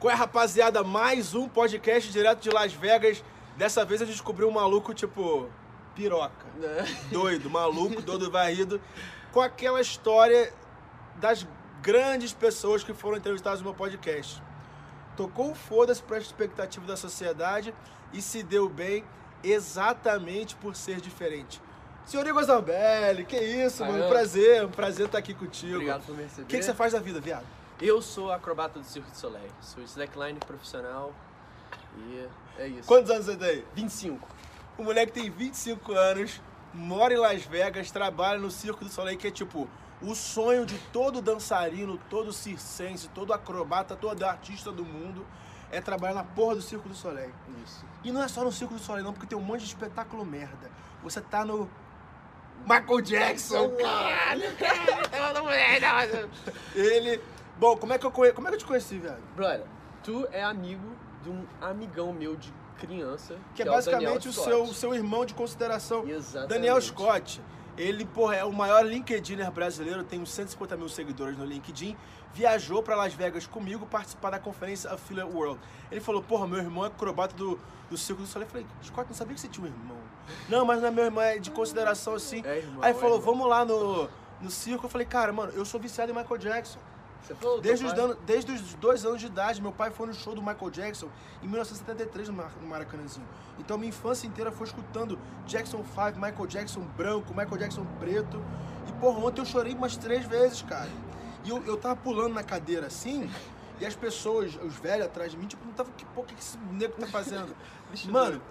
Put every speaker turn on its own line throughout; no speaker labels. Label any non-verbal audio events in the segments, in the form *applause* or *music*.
Qual é, rapaziada? Mais um podcast direto de Las Vegas. Dessa vez eu descobri um maluco, tipo, piroca.
Né?
Doido, maluco, doido varrido. Com aquela história das grandes pessoas que foram entrevistadas no meu podcast. Tocou o foda-se para a expectativa da sociedade e se deu bem exatamente por ser diferente. Senhor Igor Zambelli, que isso, mano?
Caramba.
Prazer, um prazer estar aqui contigo.
Obrigado por me
O
receber.
que, que você faz da vida, viado?
Eu sou acrobata do Circo de Soleil, sou slackline profissional e é isso.
Quantos anos você tem?
25.
O moleque tem 25 anos, mora em Las Vegas, trabalha no Circo do Soleil, que é tipo o sonho de todo dançarino, todo circense, todo acrobata, todo artista do mundo, é trabalhar na porra do Circo do Soleil.
Isso.
E não é só no Circo do Soleil, não, porque tem um monte de espetáculo merda. Você tá no. Michael Jackson, caralho! Ele. Bom, como é que eu, conhe... como é que eu te conheci, velho?
Brother, tu é amigo de um amigão meu de criança.
Que é
o Daniel
basicamente o
Scott.
seu, seu irmão de consideração.
Exatamente.
Daniel Scott, ele, porra, é o maior LinkedIner brasileiro, tem uns 150 mil seguidores no LinkedIn, viajou pra Las Vegas comigo participar da conferência Affiliate World. Ele falou, porra, meu irmão é acrobata do, do Circo do Soleil. Eu falei, Scott, não sabia que você tinha um irmão. Não, mas não é meu irmão, é de consideração assim.
É, irmão,
Aí
é,
falou,
irmão.
vamos lá no, no circo. Eu falei, cara, mano, eu sou viciado em Michael Jackson.
Você falou do
Desde
teu
os,
pai?
dan- desde os dois anos de idade, meu pai foi no show do Michael Jackson em 1973 no, Mar, no Maracanãzinho. Então minha infância inteira foi escutando Jackson 5, Michael Jackson branco, Michael Jackson preto. E porra, ontem eu chorei umas três vezes, cara. E eu, eu tava pulando na cadeira assim, e as pessoas, os velhos atrás de mim, tipo, não tava, que porra que esse nego tá fazendo? Mano,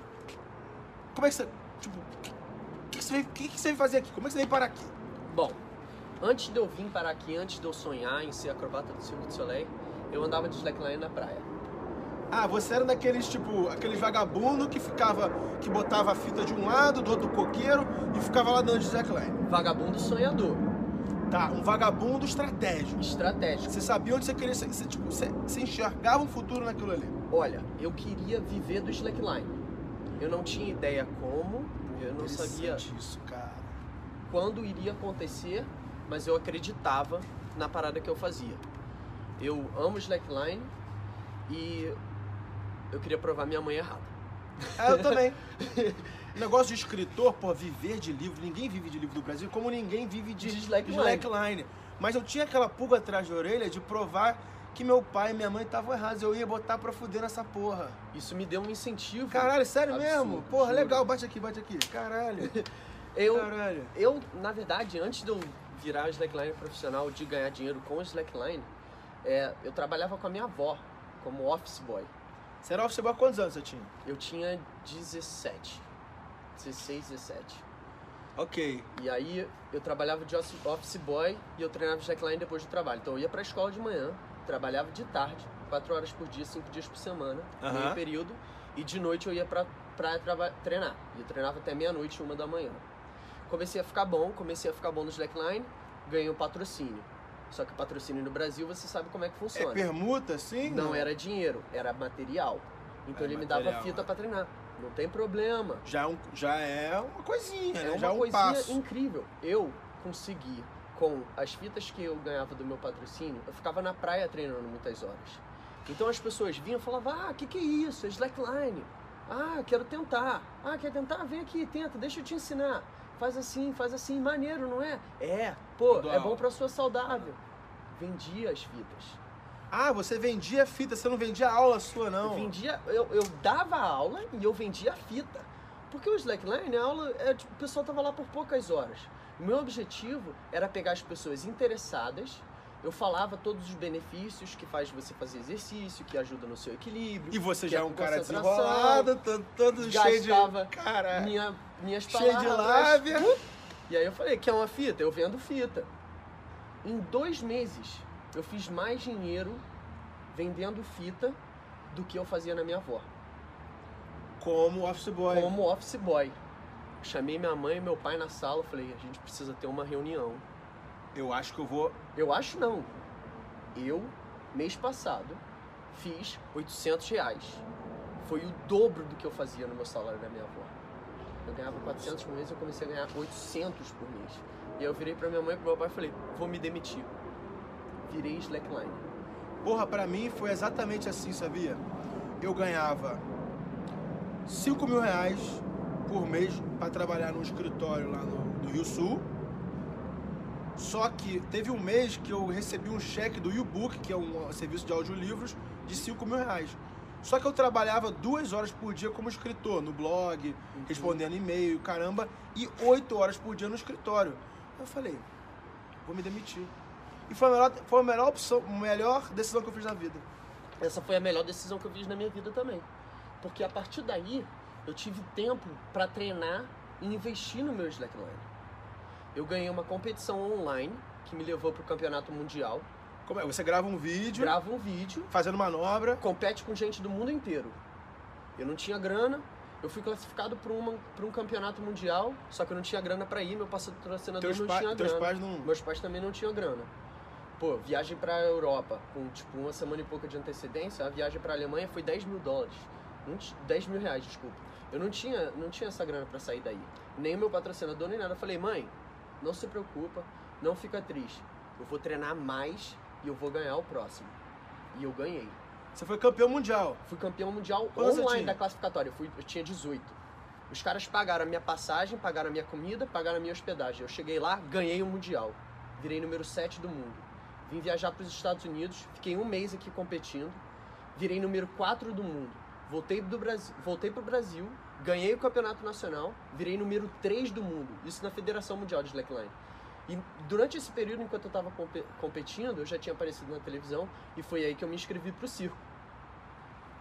como é que você. Tipo, o que, que você veio- que, que você veio fazer aqui? Como é que você veio parar aqui?
Bom, antes de eu vir para aqui, antes de eu sonhar em ser acrobata do Circo de Soleil, eu andava de slackline na praia.
Ah, você era daqueles, tipo, aqueles vagabundo que ficava, que botava a fita de um lado, do outro coqueiro e ficava lá dando de slackline.
Vagabundo sonhador,
Tá, um vagabundo estratégico.
estratégico.
Você sabia onde você queria, ser- você, tipo, você, você enxergava um futuro naquilo ali.
Olha, eu queria viver do slackline. Eu não tinha ideia como, eu não sabia
Interessante isso, cara.
quando iria acontecer, mas eu acreditava na parada que eu fazia. Eu amo slackline e eu queria provar minha mãe errada.
Ah, eu também. *laughs* Negócio de escritor, pô, viver de livro. Ninguém vive de livro do Brasil, como ninguém vive de,
De slackline.
slackline. Mas eu tinha aquela pulga atrás da orelha de provar que meu pai e minha mãe estavam errados. Eu ia botar pra fuder nessa porra.
Isso me deu um incentivo.
Caralho, sério
Absurdo,
mesmo? Porra,
juro.
legal, bate aqui, bate aqui. Caralho.
eu,
Caralho.
eu, na verdade, antes de eu virar slackline profissional, de ganhar dinheiro com slackline, é, eu trabalhava com a minha avó como office boy.
Será que chegou a quantos anos você tinha?
Eu tinha 17, 16, 17.
Ok.
E aí eu trabalhava de office office boy e eu treinava slackline depois do trabalho. Então eu ia pra escola de manhã, trabalhava de tarde, quatro horas por dia, cinco dias por semana,
Aham.
meio período, e de noite eu ia pra praia trava- treinar. E eu treinava até meia-noite, uma da manhã. Comecei a ficar bom, comecei a ficar bom no slackline, ganhei um patrocínio. Só que patrocínio no Brasil você sabe como é que
É
funciona.
permuta, assim?
Não era dinheiro, era material.
Era
Então ele me
material,
dava fita
né?
pra treinar. Não tem problema.
Já é, um- já é uma coisinha,
É
né?
uma
já é um
coisinha
passo.
incrível. Eu consegui, com as fitas que eu ganhava do meu patrocínio, eu ficava na praia treinando muitas horas. Então as pessoas vinham e falavam, ah, o que, que é isso? É slackline. Ah, quero tentar. Ah, quer tentar? Vem aqui, tenta, deixa eu te ensinar. Faz assim, faz assim, maneiro, não é? É, pô,
Eu dou
é
aula.
bom pra sua saudável. Vendia as fitas.
Ah, você vendia fita, você não vendia aula sua, não.
Eu vendia, eu, eu dava a aula e eu vendia a fita. Porque o slackline, a aula, é, tipo, o pessoal tava lá por poucas horas. O meu objetivo era pegar as pessoas interessadas. Eu falava todos os benefícios que faz você fazer exercício, que ajuda no seu equilíbrio.
E você
que
já é
a
um cara
concentração,
desenrolado, todo, todo cheio de.
Gastava
Caralho.
Minha, minhas
Cheio
palavras.
de lábia.
E aí eu falei, quer uma fita? Eu vendo fita. Em dois meses, eu fiz mais dinheiro vendendo fita do que eu fazia na minha avó.
Como office boy.
como office boy. Chamei minha mãe e meu pai na sala, falei, a gente precisa ter uma reunião.
Eu acho que eu vou.
Eu acho não. Eu, mês passado, fiz 800 reais. Foi o dobro do que eu fazia no meu salário da minha avó. Eu ganhava 400 por mês, eu comecei a ganhar 800 por mês. E aí eu virei pra minha mãe e pro meu pai e falei, vou me demitir. Virei slackline.
Porra, pra mim foi exatamente assim, sabia? Eu ganhava 5 mil reais por mês pra trabalhar num escritório lá no, do Rio Sul. Só que teve um mês que eu recebi um cheque do YouBook, que é um serviço de audiolivros, de 5 mil reais. Só que eu trabalhava duas horas por dia como escritor, no blog, respondendo e-mail, caramba, e oito horas por dia no escritório. Aí eu falei, vou me demitir. E foi a melhor, foi a melhor opção, a melhor decisão que eu fiz na vida.
Essa foi a melhor decisão que eu fiz na minha vida também. Porque a partir daí, eu tive tempo pra treinar e investir no meu slackline. Eu ganhei uma competição online que me levou pro campeonato mundial.
Como é? Você grava um vídeo,
Grava um vídeo,
fazendo manobra.
compete com gente do mundo inteiro. Eu não tinha grana, eu fui classificado pra, uma, pra um campeonato mundial, só que eu não tinha grana pra ir, meu patrocinador
Teus,
não
pa-
tinha
teus
grana.
pais não.
Meus pais também não tinham grana. Pô, viagem pra Europa, com tipo uma semana e pouca de antecedência, a viagem pra Alemanha foi 10 mil dólares. Não ti- 10 mil reais, desculpa. Eu não tinha, não tinha essa grana pra sair daí. Nem o meu patrocinador, nem nada. Eu falei, mãe, não se preocupa, não fica triste. Eu vou treinar mais e eu vou ganhar o próximo. E eu ganhei.
Você foi campeão mundial.
Fui campeão mundial
Quantos você
online
tinha?
da classificatória. Eu, fui, eu tinha 18. Os caras pagaram a minha passagem, pagaram a minha comida, pagaram a minha hospedagem. Eu cheguei lá, ganhei o mundial. Virei número 7 do mundo. Vim viajar para os Estados Unidos, fiquei um mês aqui competindo. Virei número 4 do mundo. Voltei do Brasil, voltei pro Brasil, ganhei o campeonato nacional, virei número 3 do mundo. Isso na Federação Mundial de Slackline. E durante esse período, enquanto eu tava compe- competindo, eu já tinha aparecido na televisão e foi aí que eu me inscrevi pro circo.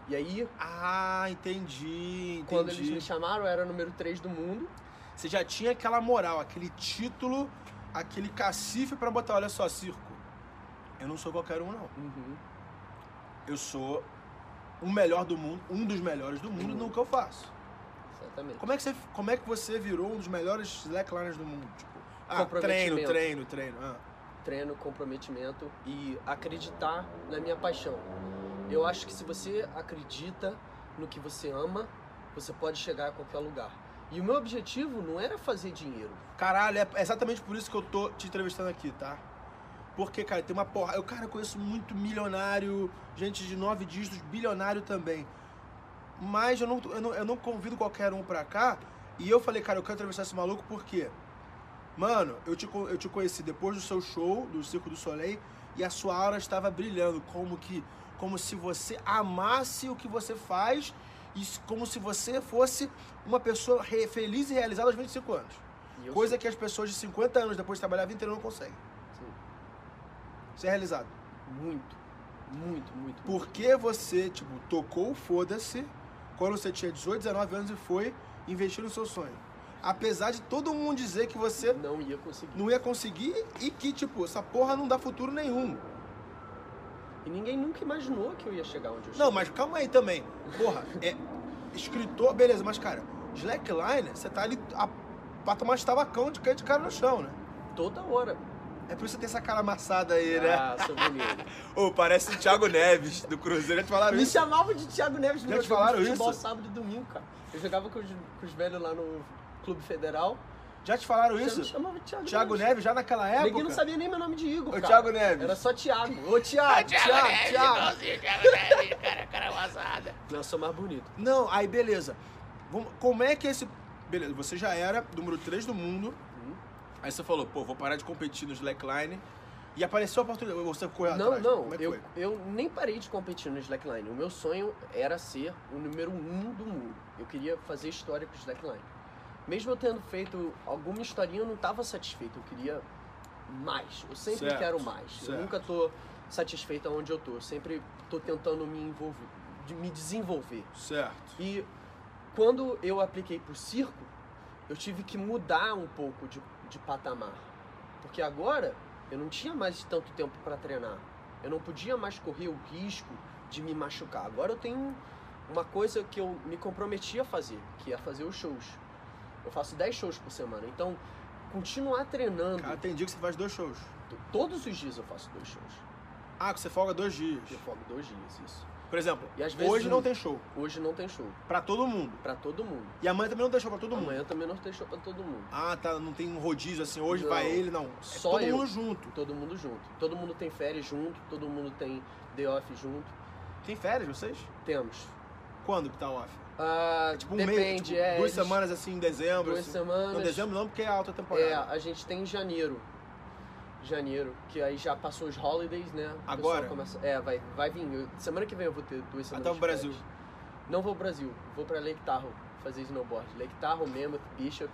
E aí,
Ah, entendi, entendi.
quando eles me chamaram, eu era o número 3 do mundo.
Você já tinha aquela moral, aquele título, aquele cacife pra botar, olha só, circo. Eu não sou qualquer um, não. Eu sou o melhor do mundo, um dos melhores do mundo
Uhum.
no que eu faço.
Exatamente.
Como é que você, como é que você virou um dos melhores slackliners do mundo? Tipo, ah,
Comprometimento.
treino, treino, treino. Ah,
Treino, comprometimento e acreditar na minha paixão. Eu acho que se você acredita no que você ama, você pode chegar a qualquer lugar. E o meu objetivo não era fazer dinheiro.
caralho, é exatamente por isso que eu tô te entrevistando aqui, tá? Porque, cara, tem uma porra. Eu, cara, conheço muito milionário, gente de nove dígitos, bilionário também. Mas eu não, eu não, eu não convido qualquer um pra cá. E eu falei, cara, eu quero entrevistar esse maluco porque. Mano, eu te, con- eu te conheci depois do seu show, do Circo do Soleil, e a sua aura estava brilhando, como que. Como se você amasse o que você faz, e s- como se você fosse uma pessoa re- feliz e realizada aos 25 anos.
E eu
Coisa que as pessoas de 50 anos depois de trabalhar a vida inteira não conseguem.
Sim.
Ser realizado.
sou muito, muito, muito.
Porque você, tipo, tocou o foda-se quando você tinha 18, 19 anos e foi investir no seu sonho. Apesar de todo mundo dizer que você
Não ia conseguir.
não ia conseguir e que, tipo, essa porra não dá futuro nenhum.
E ninguém nunca imaginou que eu ia chegar onde eu cheguei.
Não, mas calma aí também. Porra, é escritor, beleza, mas cara, slackline, você tá ali, a, pra tomar uns tabacão de, ca- de cara no chão, né?
Toda hora.
É por isso que você tem essa cara amassada aí, né?
Ah, sou bonito.
Ô, parece o Thiago Neves do Cruzeiro, já te falaram
Me
isso?
chamavam de Thiago Neves no
Já
meu
te
jogo
falaram
de futebol
isso?
sábado e domingo, cara. Eu jogava com os, com os velhos lá no Clube Federal.
Já te falaram
já
isso?
me chamavam de Thiago,
Thiago Neves já naquela época?
Ninguém não sabia nem meu nome de Igor,
Ô,
cara.
Thiago Neves.
Era só Thiago. Ô, Thiago, Thiago, Thiago. é Não, eu sou mais bonito.
Não, aí beleza. Vamos- como é que esse. Beleza, você já era número 3 do mundo.
Uhum.
Aí você falou, pô, vou parar de competir no Slackline. E apareceu a oportunidade. Ou Você correu
não,
atrás.
não.
Como é que
eu,
foi?
eu nem parei de competir no Slackline. O meu sonho era ser o número um do mundo. Eu queria fazer história com o Slackline. Mesmo eu tendo feito alguma historinha, eu não estava satisfeito. Eu queria mais. Eu sempre
Certo,
quero mais.
certo.
Eu nunca tô satisfeito onde eu tô. Eu sempre tô tentando me envolver, de me desenvolver.
Certo.
E quando eu apliquei pro circo, eu tive que mudar um pouco de, de patamar. Porque agora eu não tinha mais tanto tempo para treinar. Eu não podia mais correr o risco de me machucar. Agora eu tenho uma coisa que eu me comprometi a fazer, que é fazer os shows. Eu faço 10 shows por semana. Então, continuar treinando.
Cara, tem dia que você faz dois shows.
t- Todos os dias eu faço dois shows.
Ah, que você folga dois dias.
Eu folgo dois dias, isso.
Por exemplo,
E às vezes
hoje não
um.
tem show
Hoje não tem show.
pra todo mundo.
Pra todo mundo.
E amanhã também não tem show pra todo mundo.
Amanhã também não tem show pra todo mundo.
Ah, tá, não tem um rodízio assim, hoje
Não.
vai ele, não. É
Só
todo
eu.
mundo junto.
Todo mundo junto. Todo mundo tem férias junto, todo mundo tem day off junto.
Tem férias vocês?
Temos.
Quando que tá off?
Ah,
Tipo um
depende,
mês, tipo,
é.
duas
eles-
semanas assim em dezembro.
Duas
assim.
semanas.
Não, dezembro não, porque é alta
É,
temporada.
a gente tem em janeiro. Janeiro, que aí já passou os holidays, né? O pessoal
Agora?
começa- É, vai, vai vir. Eu- semana que vem eu vou ter duas semanas.
tá no
de
Brasil.
férias. Não vou pro Brasil, vou pra Lake Tahoe fazer snowboard. Lake Tahoe, Mammoth, Bishop.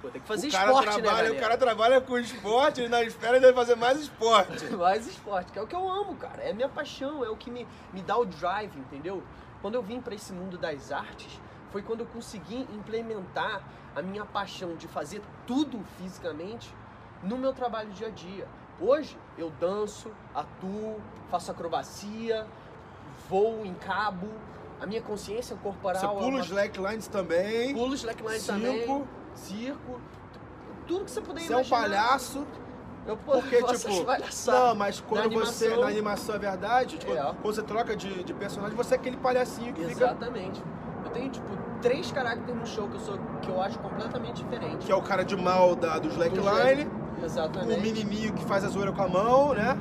Pô, tem que fazer
o cara
esporte, né,
trabalha,
galera?
O cara trabalha com esporte, ele nas férias deve fazer mais esporte.
*laughs* Mais esporte, que é o que eu amo, cara. É a minha paixão, é o que me, me dá o drive, entendeu? Quando eu vim pra esse mundo das artes, foi quando eu consegui implementar a minha paixão de fazer tudo fisicamente no meu trabalho dia a dia. Hoje eu danço, atuo, faço acrobacia, voo em cabo, a minha consciência corporal.
Você
é
pula
uma...
os slacklines também.
pulo slackline também,
Circo.
circo, tu- tudo que você puder
Você é um
imaginar.
palhaço.
Eu pô,
Porque,
*laughs* faço
tipo.
as palhaçadas.
Não, mas quando
Na
você.
animação.
Na animação é verdade, tipo,
É.
quando você troca de, de personagem, você é aquele palhacinho que fica.
Exatamente. Eu tenho, tipo, três caracteres no show que eu sou que eu acho completamente diferente.
Que é o cara de mal da, do slackline, o
Exatamente.
menininho que faz a zoeira com a mão, né?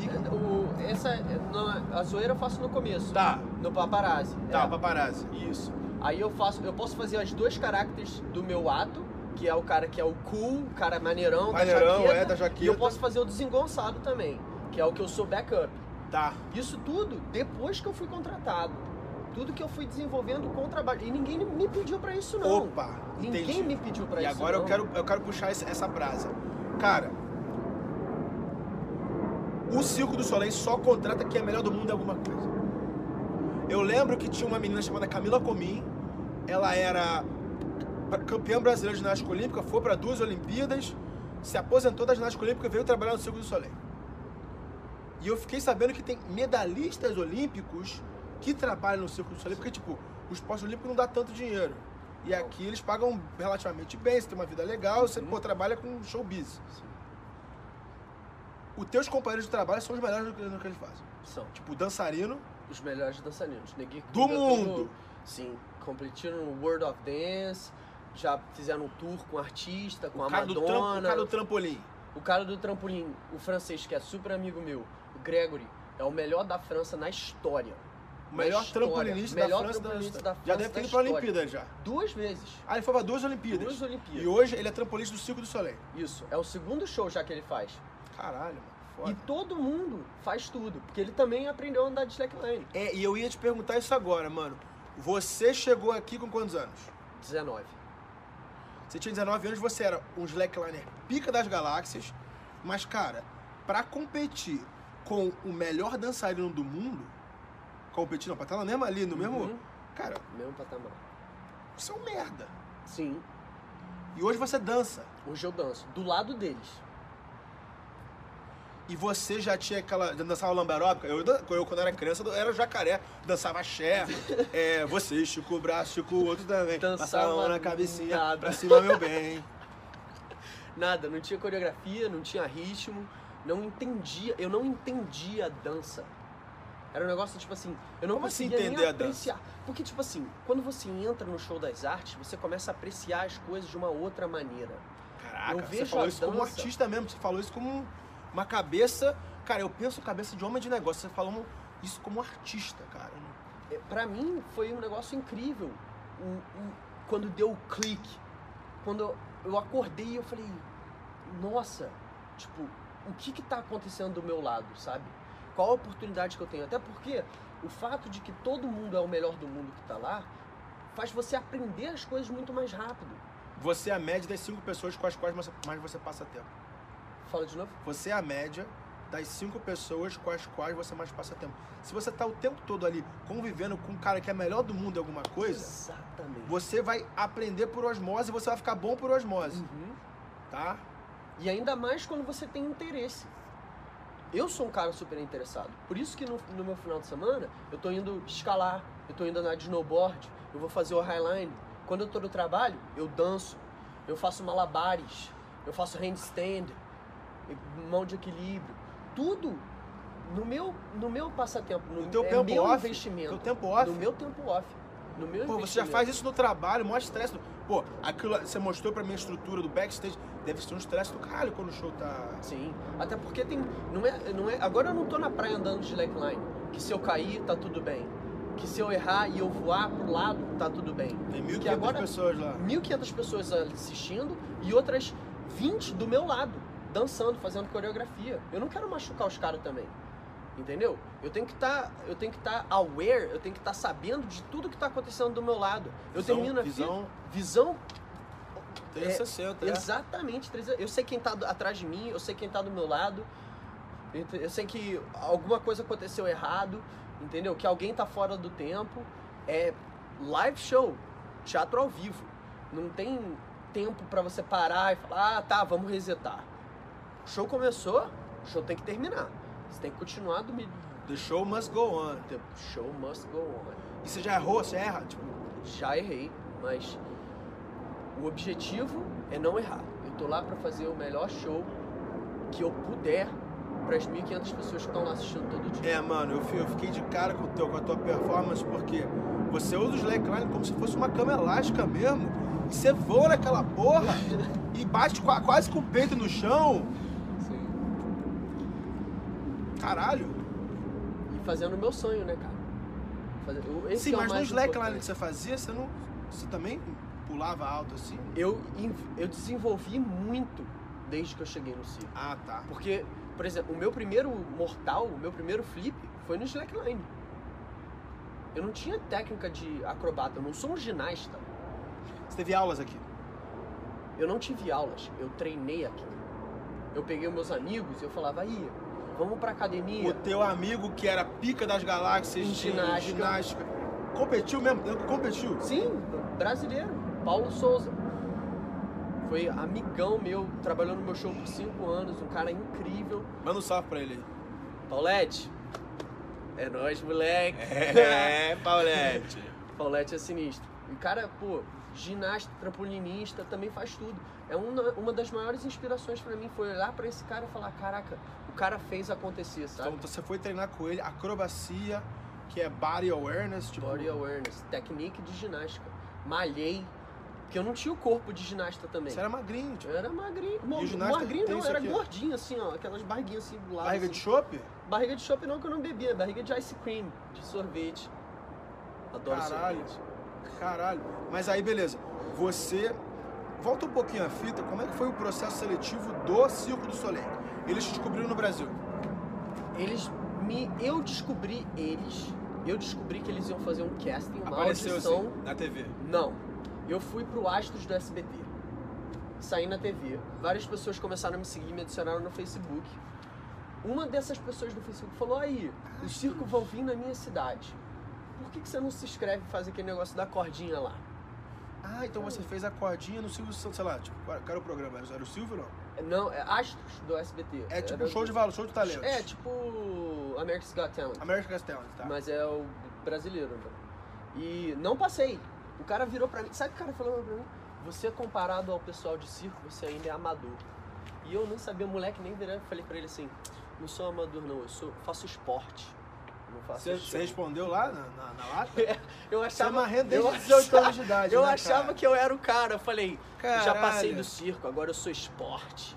E o- essa, na- a zoeira eu faço no começo.
Tá,
No paparazzi.
tá,
é.
paparazzi. Isso.
Aí eu faço, eu posso fazer as duas caracteres do meu ato, que é o cara que é o cool, o cara maneirão,
Maneirão,
da
é, da
E
jaqueta.
eu posso fazer o desengonçado também, que é o que eu sou backup.
Tá.
Isso tudo depois que eu fui contratado. Tudo que eu fui desenvolvendo com o trabalho. E ninguém me pediu pra isso, não.
Opa,
Ninguém
entendi.
me pediu pra
E
isso.
agora eu
não.
quero, eu quero puxar esse- essa brasa. Cara, o Circo do Soleil só contrata quem é melhor do mundo em alguma coisa. Eu lembro que tinha uma menina chamada Camila Comim, ela era pra- campeã brasileira de ginástica olímpica, foi para duas Olimpíadas, se aposentou da ginástica olímpica e veio trabalhar no Circo do Soleil. E eu fiquei sabendo que tem medalhistas olímpicos que trabalham no Circo do Soleil, porque, tipo, o esporte olímpico não dá tanto dinheiro. E aqui eles pagam relativamente bem, você tem uma vida legal, você pô, trabalha com showbiz.
Uhum. Sim.
Os teus companheiros de trabalho são os melhores no que, no que eles fazem.
São
Tipo, dançarino
os melhores dançarinos. Negui
do mundo.
Sim, competiram no World of Dance, já fizeram um tour com artista, com a
O cara, do trampo- o
Madonna.
cara do trampolim.
O cara do trampolim, o francês, que é super amigo meu, o Gregory, é o melhor da França na história.
O melhor
história.
trampolinista
Melhor
da França.
trampolinista da
já
França
deve ter
da
ido pra
história.
Olimpíada já.
Duas vezes.
Ah, ele foi pra duas Olimpíadas.
Duas
E
Olimpíadas.
hoje ele é trampolinista do Circo do Soleil.
Isso, é o segundo show já que ele faz.
Caralho, mano. Foda.
E todo mundo faz tudo, porque ele também aprendeu a andar de slackline.
É, e eu ia te perguntar isso agora, mano. Você chegou aqui com quantos anos?
19.
Você tinha 19 anos, você era um slackliner pica das galáxias, mas, cara, pra competir com o melhor dançarino do mundo, competir não, pra estar na mesma ali, no mesmo...
Uhum,
Cara,
mesmo patamar.
você é um merda.
Sim,
E hoje você dança.
hoje eu danço. Do lado deles.
E você já tinha aquela... já dançava lamba aeróbica? Eu, dan- eu, quando era criança, eu era jacaré. Dançava *laughs* axé. é, você estica o braço, estica o outro também.
Dançava
Passava a mão na cabecinha.
nada.
Pra cima, meu bem.
Nada, não tinha coreografia, não tinha ritmo, não entendia, eu não entendia a dança. Era um negócio tipo assim, eu não
Como assim
conseguia
entender
nem
a dança?
apreciar. Porque tipo assim, quando você entra no show das artes, você começa a apreciar as coisas de uma outra maneira.
*laughs* Caraca,
Eu
você
vejo
falou
a
isso como um
dança.
artista mesmo, você falou isso como um- uma cabeça. Cara, eu penso cabeça de homem de negócio, você falou um- isso como um artista, cara. Eu não-
É, Pra mim foi um negócio incrível. O- o- quando deu o clique, quando eu, eu acordei, eu falei, nossa, tipo, o que que tá acontecendo do meu lado, sabe? Qual a oportunidade que eu tenho? Até porque o fato de que todo mundo é o melhor do mundo que tá lá faz você aprender as coisas muito mais rápido.
Você é a média das cinco pessoas com as quais você- mais você passa tempo.
Fala de novo.
Você é a média das cinco pessoas com as quais você mais passa tempo. Se você tá o tempo todo ali convivendo com um cara que é melhor do mundo em alguma coisa,
Exatamente.
você vai aprender por osmose e você vai ficar bom por osmose,
Uhum.
tá?
E ainda mais quando você tem interesse. Eu sou um cara super interessado. Por isso que no, no meu final de semana eu tô indo escalar, eu tô indo andar de snowboard, eu vou fazer o highline. Quando eu tô no trabalho, eu danço, eu faço malabares, eu faço handstand, mão de equilíbrio. Tudo no meu, no meu passatempo, no,
No teu
é
tempo
meu
off?
investimento.
Teu tempo off?
No meu tempo off. No meu
Pô, você já
investimento.
faz isso no trabalho, maior estresse. do- Pô, aquilo lá- você mostrou pra minha estrutura do backstage, deve ser um estresse do caralho quando o show tá.
Sim. Até porque tem. Não é, não é, agora eu não tô na praia andando de slackline. Que se eu cair, tá tudo bem. Que se eu errar e eu voar pro lado, tá tudo bem.
Tem
Que
1.500
agora-
pessoas lá.
1.500 pessoas assistindo e outras 20 do meu lado, dançando, fazendo coreografia. Eu não quero machucar os caras também. Entendeu? Eu tenho que estar, eu tenho que estar aware, eu tenho que estar sabendo de tudo que tá acontecendo do meu lado. Eu
Visão-
termino a fi-
Visão
visão
360, é.
Exatamente, três- eu sei quem tá do- atrás de mim, eu sei quem tá do meu lado, ent- eu sei que alguma coisa aconteceu errado, entendeu? Que alguém tá fora do tempo. É live show, teatro ao vivo. Não tem tempo pra você parar e falar, ah tá, vamos resetar. O show começou, o show tem que terminar. Você tem que continuar do meio.
The show must go on.
Show must go on.
E você já errou, você erra? Tipo,
Já errei, mas o objetivo é não errar. Eu tô lá pra fazer o melhor show que eu puder para as 1.500 pessoas que estão lá assistindo todo
*laughs*
dia.
é, mano, eu, fi- eu fiquei de cara com, o teu, com a tua performance porque você usa o slackline como se fosse uma cama elástica mesmo. E você voa naquela porra e bate qua- quase com o peito no chão.
Sim.
Caralho.
E fazendo o meu sonho, né, cara? Fazer- eu- esse
Sim,
é o
mas no
mais
slackline que
importante.
você fazia, você não. Você também pulava alto assim?
Eu, in- eu desenvolvi muito desde que eu cheguei no circo.
Ah, tá.
Porque, por exemplo, o meu primeiro mortal, o meu primeiro flip foi no slackline. Eu não tinha técnica de acrobata, eu não sou um ginasta.
Você teve aulas aqui.
Eu não tive aulas, eu treinei aqui. Eu peguei meus amigos e eu falava, aí, vamos pra
O
academia.
teu amigo que era pica das galáxias
Em
de
ginástica.
ginástica, Competiu mesmo? Competiu?
Sim, brasileiro, Paulo Souza. Foi amigão meu, trabalhou no meu show por cinco anos, um cara incrível.
Manda um salve pra ele aí.
Paulette, é nóis, moleque.
É. *laughs* Paulette.
*laughs* Paulette é sinistro. E o cara, pô, ginasta, trampolinista, também faz tudo. É uma, uma das maiores inspirações pra mim, foi olhar pra esse cara e falar, caraca, o cara fez acontecer, sabe?
Então você foi treinar com ele acrobacia, que é body awareness, tipo.
Body awareness, técnica de ginástica. Malhei, porque eu não tinha o corpo de ginasta também.
Você era magrinho, tipo.
Eu era magrinho. Mo-
E o ginasta
magrinho
tem
não,
isso
era
aqui, ó.
gordinho assim, ó. Aquelas barriguinhas assim do lado.
Barriga
assim.
de chope?
Barriga de chope não, que eu não bebia. Barriga de ice cream, de sorvete. Adoro
Caralho.
sorvete.
Caralho. Mas aí, beleza. Você. Volta um pouquinho a fita, como é que foi o processo seletivo do Circo do Soleil? Eles te descobriram no Brasil.
Eles me... Eu descobri eles. Eu descobri que eles iam fazer um casting, uma
Apareceu
audição.
assim, na TV.
Não. Eu fui pro Astros do SBT. Saí na TV. Várias pessoas começaram a me seguir, me adicionaram no Facebook. Uma dessas pessoas do Facebook falou: Aí, o circo vão vir na minha cidade. Por que, que você não se inscreve e faz aquele negócio da cordinha lá?
Ah, então você fez a cordinha no Silvio Santos, sei lá, tipo, qual qual era o programa? Era o Silvio não?
Não, é Astros do SBT.
É tipo
Era-
show de valor, show de talento.
É tipo America's Got Talent.
American Castell, tá?
Mas é o brasileiro, né? E não passei. O cara virou pra mim. Sabe o que o cara falou pra mim? Você comparado ao pessoal de circo, você ainda é amador. E eu nem sabia, moleque, nem virei. Falei pra ele assim, não sou amador não, eu sou, faço esporte. Não faço
Você, você
show."
respondeu lá na, na, na lata?
Eu
Você é
achava,
marrento
eu
desde
achava-
18 anos de idade,
eu
né,
achava
cara?
que eu era o cara. Eu falei, já
Caralho.
passei do circo, agora eu sou esporte.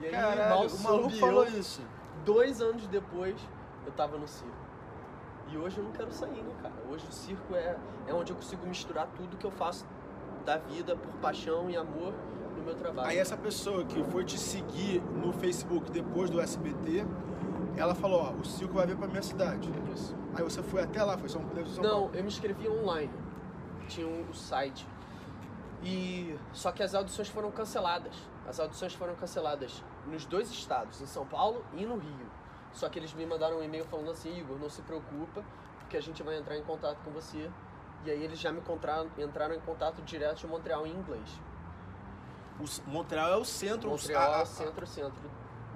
E aí, mal
Caralho, o maluco
soube
falou
eu,
isso.
dois anos depois, eu tava no circo. E hoje eu não quero sair, né, cara? Hoje o circo é, é onde eu consigo misturar tudo que eu faço da vida por paixão e amor no meu trabalho.
Aí essa pessoa que foi te seguir no Facebook depois do SBT, ela falou, ó, o circo vai vir pra minha cidade.
Isso.
Aí você foi até lá, foi São Paulo, São Paulo.
Não, eu me inscrevi online. Tinha um site. E só que as audições foram canceladas. As audições foram canceladas nos dois estados, em São Paulo e no Rio. Só que eles me mandaram um e-mail falando assim, Igor, não se preocupa, porque a gente vai entrar em contato com você. E aí eles já me contra- entraram em contato direto de Montreal em inglês.
O s- Montreal é o centro, a-
Montreal,
a-
centro, centro.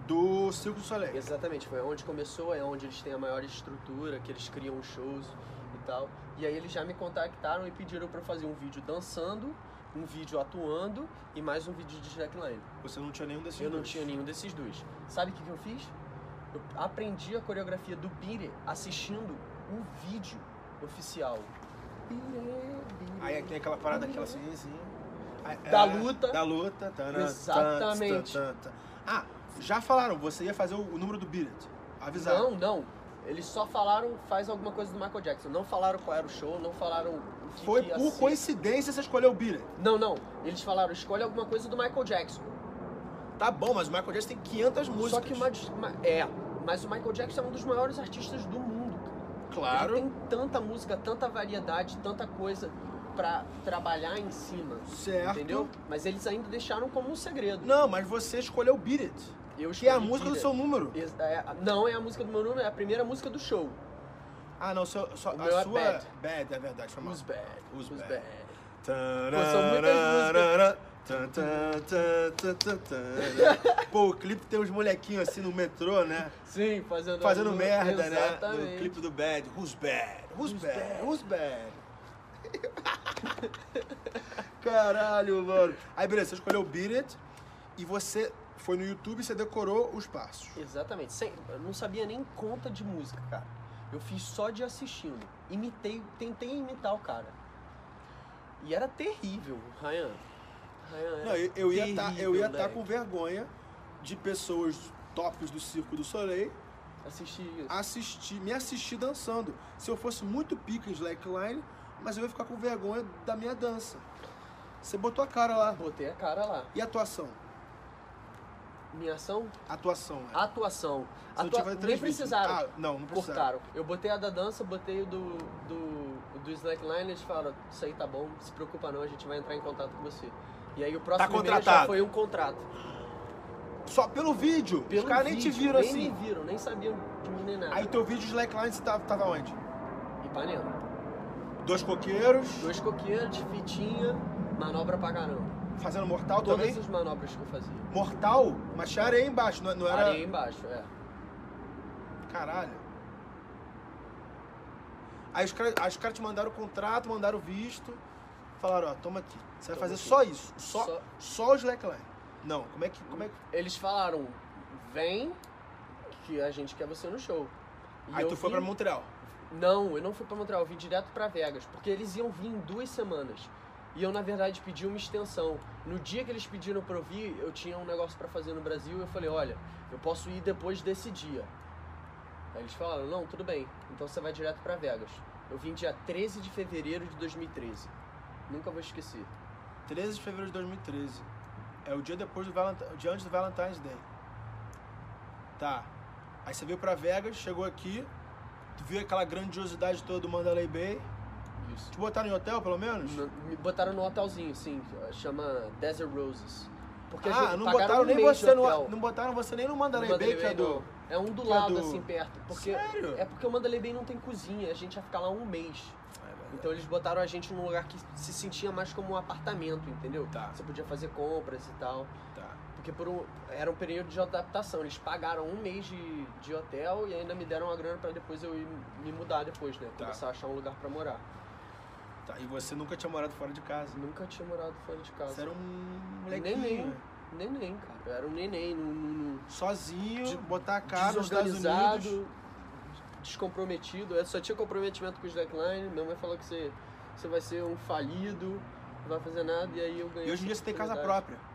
do Circo do Soleil.
Exatamente, foi onde começou, é onde eles têm a maior estrutura, que eles criam os shows e tal. E aí eles já me contactaram e pediram pra eu fazer um vídeo dançando, um vídeo atuando e mais um vídeo de slackline.
Você não tinha nenhum desses
Eu não
dois.
tinha nenhum desses dois. Sabe o que, que eu fiz? Eu aprendi a coreografia do Bire assistindo um vídeo oficial. Bire, Bire.
Aí tem aquela parada, aquela assim, assim. Aí,
Da
é,
luta.
Da luta. tarã,
Exatamente.
tan, tan, tan, tan. Ah, já falaram, você ia fazer o, o número do Beat It. Avisaram.
Não, não. Eles só falaram, faz alguma coisa do Michael Jackson. Não falaram qual era o show, não falaram o que
Foi
que ia
por
ser.
coincidência você escolheu o Beat It.
Não, não. Eles falaram, escolhe alguma coisa do Michael Jackson.
Tá bom, mas o Michael Jackson tem 500 músicas.
Só que o Ma- Ma- É, mas o Michael Jackson é um dos maiores artistas do mundo.
Claro.
Ele tem tanta música, tanta variedade, tanta coisa pra trabalhar em cima.
Certo.
Entendeu? Mas eles ainda deixaram como um segredo.
Não, mas você escolheu o Beat It.
Eu
Que é a
escolhi
música do
Peter.
seu número.
Ex- é- não é a música do meu número, é a primeira música do show.
Ah, não, seu, só,
O
a
meu é
sua.
Bad.
bad, é verdade, foi mal.
Who's bad?
Who's
Who's
Bad?
bad?
Pô,
são muitas músicas.
Pô, o clipe tem uns molequinhos assim no metrô, né?
Sim, fazendo
Fazendo merda,
Exatamente.
né? No clipe do Bad. Who's bad? Who's,
Who's
bad?
bad?
Who's bad? *laughs* Caralho, mano. Aí, beleza, você escolheu o Beat It e você foi no YouTube e você decorou os passos.
Exatamente. Sem- eu não sabia nem conta de música, cara. Eu fiz só de assistindo. Imitei, tentei imitar o cara. E era terrível, Ryan. Ryan era
Não, eu, eu ia tá, eu ia
terrível,
tá
moleque.
com vergonha de pessoas tops do Circo do Soleil
Assisti isso.
assistir, me assistir dançando. Se eu fosse muito pica em slackline, mas eu ia ficar com vergonha da minha dança. Você botou a cara lá.
Botei a cara lá.
E atuação?
Minha ação,
Atuação, né?
atuação.
Você não
Atua-
tinha feito
Nem
três vídeos.
precisaram.
Ah, não, não precisaram.
Cortaram. Eu botei a da dança, botei o do, do, do Slackline, eles falaram, isso aí tá bom, não se preocupa não, a gente vai entrar em contato com você. E aí o próximo e-mail
Tá contratado.
já foi um contrato.
Só pelo vídeo.
Pelo
Os caras nem
vídeo,
te viram
nem
assim.
me viram, nem sabiam de mim nem nada.
Aí teu vídeo de slackline você tava, tava onde?
Ipanema.
Dois coqueiros,
Dois coqueiros, fitinha, manobra pra caramba.
fazendo mortal
Todas
também.
as manobras que eu fazia.
Mortal, mas tinha areia embaixo, não, não era.
Areia embaixo, é.
Caralho. Aí os caras os caras te mandaram o contrato, mandaram o visto. Falaram, ó, toma aqui. Você vai
Toma
fazer
aqui.
só isso. Só, só...
Só-
o slackline. Não, como é que. Como é que...
Eles falaram, vem, que a gente quer você no show. E
Aí
eu
tu foi
vim-
pra Montreal.
Não, eu não fui pra Montreal, eu vim direto pra Vegas, porque eles iam vir em duas semanas. E eu, na verdade, pedi uma extensão. No dia que eles pediram pra eu vir, eu tinha um negócio pra fazer no Brasil e eu falei, olha, eu posso ir depois desse dia. Aí eles falaram, não, tudo bem, então você vai direto pra Vegas. Eu vim dia 13 de fevereiro de 2013. Nunca vou esquecer.
13 de fevereiro de 2013. É o dia depois do Valentine, o dia antes do Valentine's Day. Tá. Aí você veio pra Vegas, chegou aqui, tu viu aquela grandiosidade toda do Mandalay Bay.
Isso.
Te botaram em hotel, pelo menos?
No- me botaram no hotelzinho, sim, chama Desert Roses. Porque a
ah,
gente
não
pagaram
botaram
um
nem
mês de
você no.
hotel.
Não botaram você nem no Mandalay,
Mandalay
Bay, que é
Bay
do.
não. É um do
que é
lado,
do-
assim, perto. Porque
Sério?
É porque o Mandalay Bay não tem cozinha, a gente ia ficar lá um mês.
é
Então eles botaram a gente num lugar que se sentia mais como um apartamento, entendeu?
Tá.
Você podia fazer compras e tal.
Tá.
Porque por um- era um período de adaptação. Eles pagaram um mês de, de hotel e ainda me deram uma grana pra depois eu ir me mudar depois, né?
Tá.
Começar a achar um lugar pra morar.
Tá, e você nunca tinha morado fora de casa.
Nunca tinha morado fora de casa.
Você era um molequinho.
Neném.
né?
Neném, cara. Eu era um neném num- num- num-
Sozinho,
De-
botar a cara nos Estados Unidos.
desorganizado, descomprometido. Eu só tinha comprometimento com o Slackline. Minha mãe falou que você, você vai ser um falido, não vai fazer nada. E aí eu ganhei.
E hoje em dia você tem casa
oportunidade.
própria.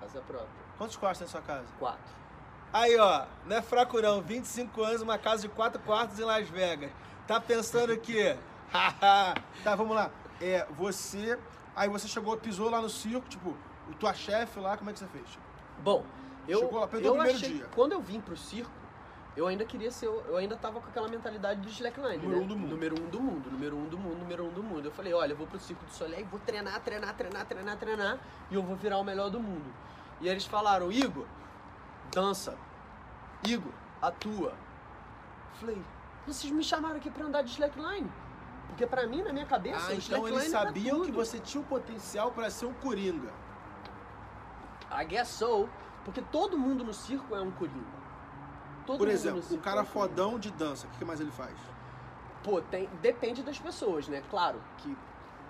Casa própria.
Quantos quartos tem na sua casa?
Quatro.
Aí, ó, não é fraco não. 25 anos, uma casa de quatro quartos em Las Vegas. Tá pensando que... *laughs* Haha. tá, vamos lá. É, você... Aí você chegou, pisou lá no circo, tipo... o Tua chefe lá, como é que você fez? Tipo,
Bom, eu.
Chegou lá, perdeu o
eu
primeiro
achei,
dia.
Quando eu vim pro circo, eu ainda queria ser. Eu ainda tava com aquela mentalidade do Slackline.
Número
né?
um do mundo.
Número um do mundo, número um do mundo, número um do mundo. Eu falei, olha, eu vou pro circo do Soleil, vou treinar, treinar, treinar, treinar, treinar. E eu vou virar o melhor do mundo. E eles falaram, Igor, dança. Igor, atua. Falei, vocês me chamaram aqui pra andar de slackline? Porque pra mim, na minha cabeça,
ah,
o
então
slackline é
eles
era
sabiam que
tá tudo.
você tinha o potencial pra ser um coringa.
I guess so. Porque todo mundo no circo é um coringa. Todo
Por
mundo no
exemplo, o
circo
cara
é um coringa.
fodão de dança, o que mais ele faz?
Pô, tem, depende das pessoas, né? Claro que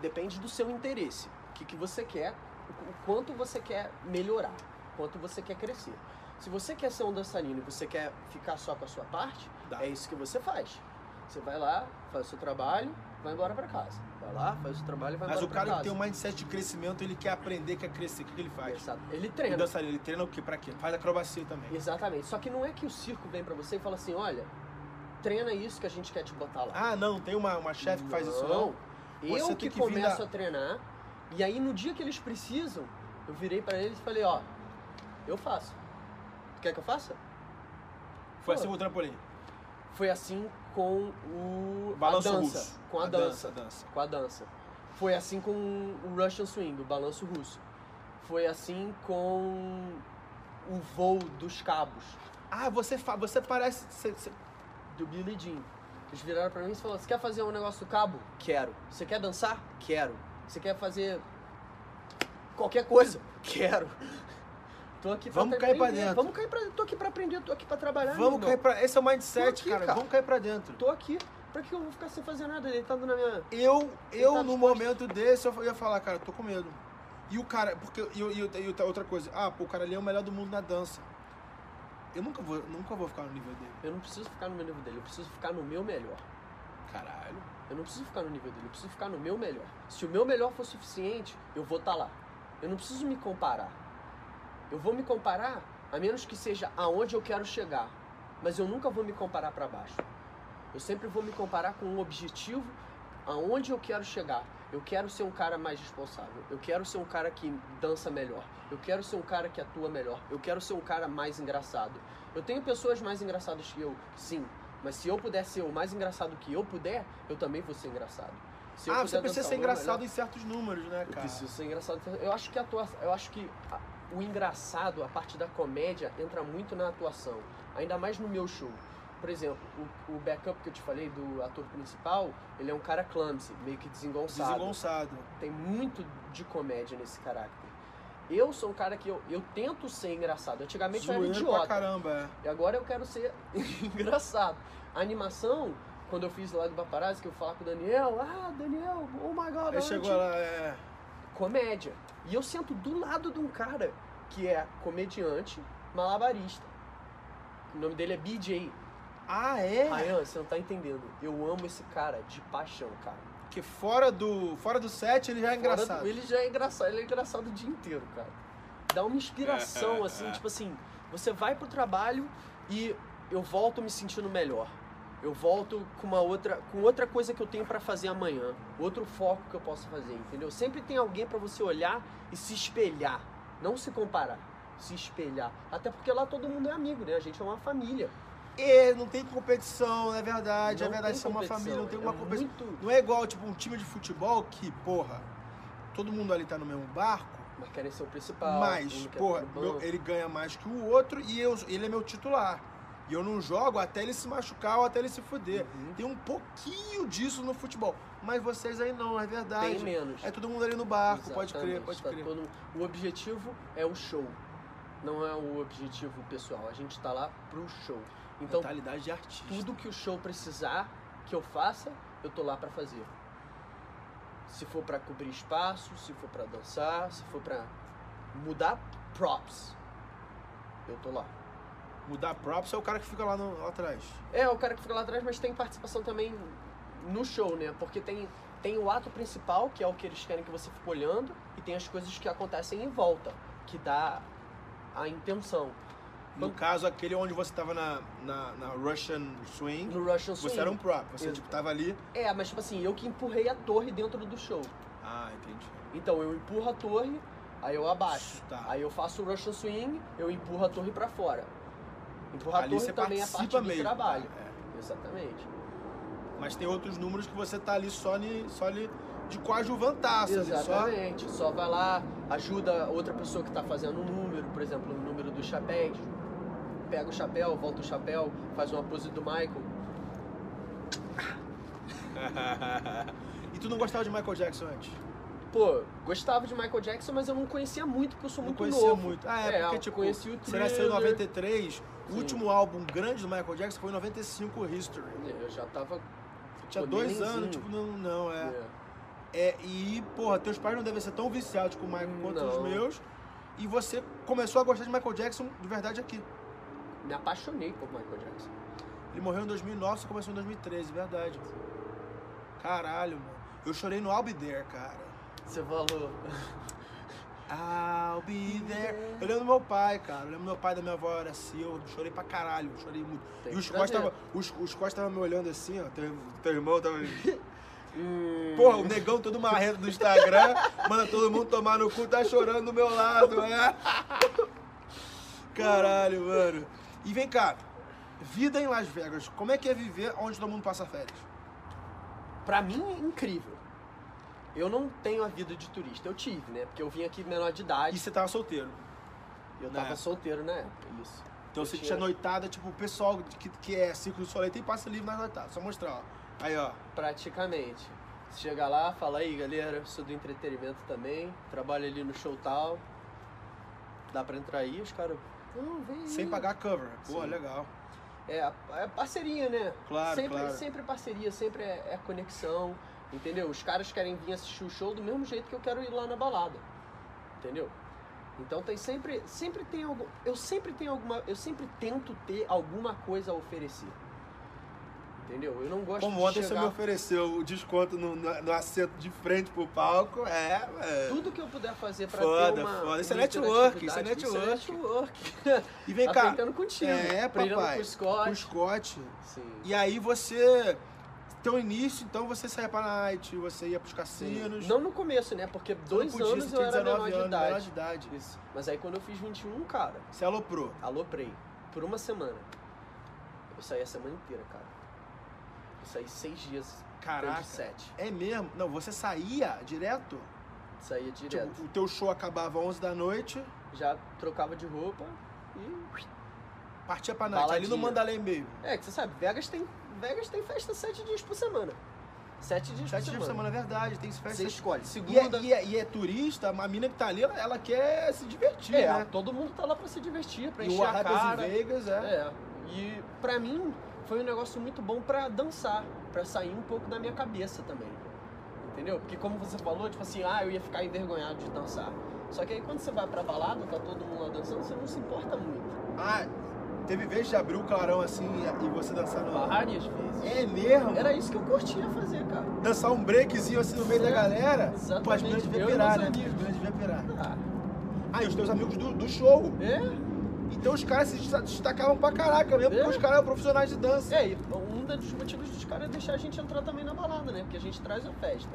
depende do seu interesse. O que, que você quer, o, o quanto você quer melhorar, o quanto você quer crescer. Se você quer ser um dançarino e você quer ficar só com a sua parte,
Dá.
é isso que você faz. Você vai lá, faz o seu trabalho, vai embora pra casa. Vai lá, faz o seu trabalho e vai
Mas
embora
o cara
pra
que
casa.
tem um mindset de crescimento, ele quer aprender, quer crescer. O que, que ele faz?
Exato. Ele
O
treina.
dançarino, ele treina o quê? Pra quê? Faz acrobacia também.
Exatamente. Só que não é que o circo vem pra você e fala assim, olha, treina isso que a gente quer te botar lá.
Ah, não, tem uma, uma chefe que faz isso não? Você
Eu
tem
que,
que vir
começo
da-
a treinar. E aí no dia que eles precisam, eu virei pra eles e falei, ó, eu faço. Tu quer que eu faça?
Foi
Pô.
assim com o trampolim.
Foi assim com o
Balanço
a dança,
russo.
com a,
A dança,
dança,
a dança.
com a dança. Foi assim com o Russian Swing, o balanço russo. Foi assim com o voo dos cabos
Ah, você, fa... você parece... você- você-
do Billy Jean. Eles viraram pra mim e falaram: "Você quer fazer um negócio do cabo? Quero. Você quer dançar? Quero. Você quer fazer qualquer coisa? Quero." Tô aqui pra
Vamos cair pra
aprender.
dentro.
Vamos cair pra Tô aqui pra aprender, tô aqui pra trabalhar. meu
Vamos
irmão.
cair pra... Esse é o mindset,
Tô aqui,
cara.
cara.
Vamos cair pra dentro.
Tô aqui. Pra que eu vou ficar sem fazer nada, deitado na minha.
Eu, eu
tá
no
disposto?
momento desse, eu ia falar, cara, eu tô com medo. E o cara, porque. E, eu- e, eu- e outra- outra coisa, ah, pô, o cara ali é o melhor do mundo na dança. Eu nunca vou, nunca vou ficar no nível dele.
Eu não preciso ficar no meu nível dele, eu preciso ficar no meu melhor.
Caralho.
Eu não preciso ficar no nível dele, eu preciso ficar no meu melhor. Se o meu melhor for suficiente, eu vou estar lá. Eu não preciso me comparar. Eu vou me comparar a menos que seja aonde eu quero chegar, mas eu nunca vou me comparar para baixo. Eu sempre vou me comparar com um objetivo aonde eu quero chegar. Eu quero ser um cara mais responsável. Eu quero ser um cara que dança melhor. Eu quero ser um cara que atua melhor. Eu quero ser um cara mais engraçado. Eu tenho pessoas mais engraçadas que eu, sim. Mas se eu puder ser o mais engraçado que eu puder, eu também vou ser engraçado. Se eu
ah,
puder
você precisa
dançar
ser
o meu melhor-
engraçado em certos números, né,
eu
cara?
preciso ser engraçado. Eu acho que a atua... eu acho que a- o engraçado, a parte da comédia, entra muito na atuação. Ainda mais no meu show. Por exemplo, o, o backup que eu te falei do ator principal, ele é um cara clumsy, meio que desengonçado.
Desengonçado.
Tem muito de comédia nesse caráter. Eu sou um cara que eu, eu tento ser engraçado. Antigamente eu era
Zoeiro pra
é idiota. Tá
caramba, é.
E agora eu quero ser *laughs* engraçado. A animação, quando eu fiz lá do Paparazzi, que eu falava com o Daniel, ah, Daniel, oh my god,
Aí
olha,
chegou
tio."
lá, é.
comédia. E eu sento do lado de um cara que é comediante, malabarista. O nome dele é BJ.
Ah, é?
Ryan, você não tá entendendo. Eu amo esse cara de paixão, cara.
Porque fora do, fora do set ele já é engraçado.
Fora do- ele já é engraçado, ele é engraçado o dia inteiro, cara. Dá uma inspiração, assim, tipo assim, você vai pro trabalho e eu volto me sentindo melhor. Eu volto com uma outra, com outra coisa que eu tenho pra fazer amanhã, outro foco que eu posso fazer, entendeu? Sempre tem alguém pra você olhar e se espelhar, não se comparar, se espelhar. Até porque lá todo mundo é amigo, né? A gente é uma família.
E não tem competição, é verdade, é
Não
verdade,
tem
isso é uma
competição,
família, não tem
é
uma competição.
Muito...
Não é igual, tipo, um time de futebol que, porra, todo mundo ali tá no mesmo barco,
Mas querem ser o principal. um
mas,
quer
porra,
estar no
meu- é
banco.
ele ganha mais que o outro e eu, ele é meu titular. E eu não jogo até ele se machucar ou até ele se fuder.
Uhum.
Tem um pouquinho disso no futebol. Mas vocês aí não, é verdade.
Tem menos.
É todo mundo ali no barco, pode crer,
Exatamente,
pode
tá
crer.
todo- O objetivo é o show, não é o objetivo pessoal. A gente tá lá pro show. Então,
Mentalidade de artista.
tudo que o show precisar que eu faça, eu tô lá pra fazer. Se for pra cobrir espaço, se for pra dançar, se for pra mudar props, eu tô lá.
Mudar props é o cara que fica lá, no- lá atrás.
É, o cara que fica lá atrás, mas tem participação também no show, né? Porque tem, tem o ato principal, que é o que eles querem que você fique olhando, e tem as coisas que acontecem em volta, que dá a intenção.
No
Quando-
caso, aquele onde você tava na, na, na Russian Swing,
No Russian Swing.
você era um prop. Você,
Ex-
tipo, tava ali.
É, mas tipo assim, eu que empurrei a torre dentro do show.
Ah, entendi.
Então eu empurro a torre, aí eu abaixo.
Tá.
Aí eu faço o Russian Swing, eu empurro a torre pra fora. Empurrar a
Ali
torre
você
também é
participa
parte do
mesmo.
trabalho.
É.
Exatamente.
Mas tem outros números que você tá ali só, ali, só ali de coadjuvantaça. ali, Ah, Só...
Exatamente. Só vai lá, ajuda outra pessoa que tá fazendo o número, por exemplo, o número dos chapéus. Pega o chapéu, volta o chapéu, faz uma pose do Michael.
*laughs* e tu não gostava de Michael Jackson antes?
Pô, gostava de Michael Jackson, mas eu não conhecia muito, porque eu sou
não
muito
conhecia
novo.
muito. Ah, é,
É,
porque
eu
tipo,
conheci o
você nasceu em
Thriller.
93, o
Sim.
último álbum grande do Michael Jackson foi em 95, o History.
Eu já tava
Tinha
Pô,
dois
nenenzinho.
anos, tipo, não, não, é.
É.
É, e, porra, teus pais não devem ser tão viciados com o Michael quanto os
Não.
meus. E você começou a gostar de Michael Jackson de verdade aqui.
Me apaixonei por Michael Jackson.
Ele morreu em 2009, você começou em 2013, verdade. Caralho, mano. Eu chorei no I'll Be There, cara.
Você falou.
I'll be there. Eu lembro do meu pai, cara. Eu lembro do meu pai, da minha avó, era Silva. Chorei pra caralho, chorei muito.
Tem
e os
que
Costa
trazer.
tava, os, os Costa tava me olhando assim, ó. Teu, teu irmão tava...
Hum,
Porra, o negão todo marrento do Instagram, manda todo mundo tomar no cu, tá chorando do meu lado, é. Caralho, mano. E vem cá, vida em Las Vegas, como é que é viver onde todo mundo passa férias?
pra mim, é incrível. Eu não tenho a vida de turista. Eu tive, né? Porque eu vim aqui menor de
E
idade.
você tava solteiro.
Eu
na
tava
época.
solteiro na época, isso.
Então
Eu
você
tinha-
tinha noitada, tipo, o pessoal que, que é ciclo de soleil tem passe livre nas noitadas. Só mostrar, ó. Aí, ó.
Praticamente. Você Chega lá, fala aí, galera, eu sou do entretenimento também, trabalho ali no show tal. Dá pra entrar aí, os caras. Não, vem. aí."
Sem pagar cover. Pô,
Sim.
legal.
É, é parceria, né?
Claro,
sempre,
claro.
sempre parceria, sempre é, é conexão, entendeu? Os caras querem vir assistir o show do mesmo jeito que eu quero ir lá na balada, entendeu? Então tem sempre, sempre tem algo, eu sempre tenho alguma, eu sempre tento ter alguma coisa a oferecer, entendeu? Eu não gosto
Como
de
ontem é você
chegar...
me ofereceu o desconto no, no- no assento de frente pro palco, é, é.
Tudo que eu puder fazer pra
Foda,
ter uma...
foda. Isso é
uma
network, isso é
interatividade, Isso é network.
E vem cá,
Aprendendo contigo.
É,
aprendendo
papai.
com o Scott.
o Scott.
Sim.
E aí você. Teu início, então você saía pra night, você ia pros cassinos.
Não no começo, né? Porque
Você
dois
podia,
anos
você
eu
tinha
era
19
menor de
anos, né?
idade.
menor de idade.
Isso. Mas aí quando eu fiz 21, cara,
Você aloprou.
aloprei. Por uma semana. Eu saí a semana inteira, cara. Eu saí seis dias.
Caraca.
três de sete.
É mesmo? Não, você saía direto?
Saía direto.
Tipo, o teu show acabava 11 da noite,
Já trocava de roupa e...
partia pra night. Ali no
Baladinha.
Mandalay mesmo.
É, que você sabe, Vegas tem, Vegas tem festa sete dias por semana. Sete dias
Sete
por
dias por semana, é verdade. Tem festa.
Você escolhe.
E é,
Segunda.
e é- e é turista, mas a mina que tá ali, ela, ela quer se divertir,
É,
né?
todo mundo tá lá pra se divertir, pra
E
encher
o
a
Arrabas
cara.
em Vegas, é.
É. E pra mim foi um negócio muito bom pra dançar, pra sair um pouco da minha cabeça também. Entendeu? Porque como você falou, tipo assim, ah, eu ia ficar envergonhado de dançar. Só que aí quando você vai pra balada, tá todo mundo lá dançando, você não se importa muito.
Ah, teve vez de abrir o clarão assim e- e você dançar no.
Várias vezes.
É mesmo?
Era isso que eu curtia fazer, cara.
Dançar um breakzinho assim no meio da
Sim,
galera.
exatamente.
Pô, as minas deviam
Eu e
pirar, né?
meus
As
amigos.
minas deviam pirar.
Ah,
Ah, e os teus amigos do, do show.
é?
Então os caras se desta- destacavam pra caraca mesmo, porque
É.
os caras eram profissionais de dança.
É, e um dos motivos dos caras é deixar a gente entrar também na balada, né? Porque a gente traz a festa.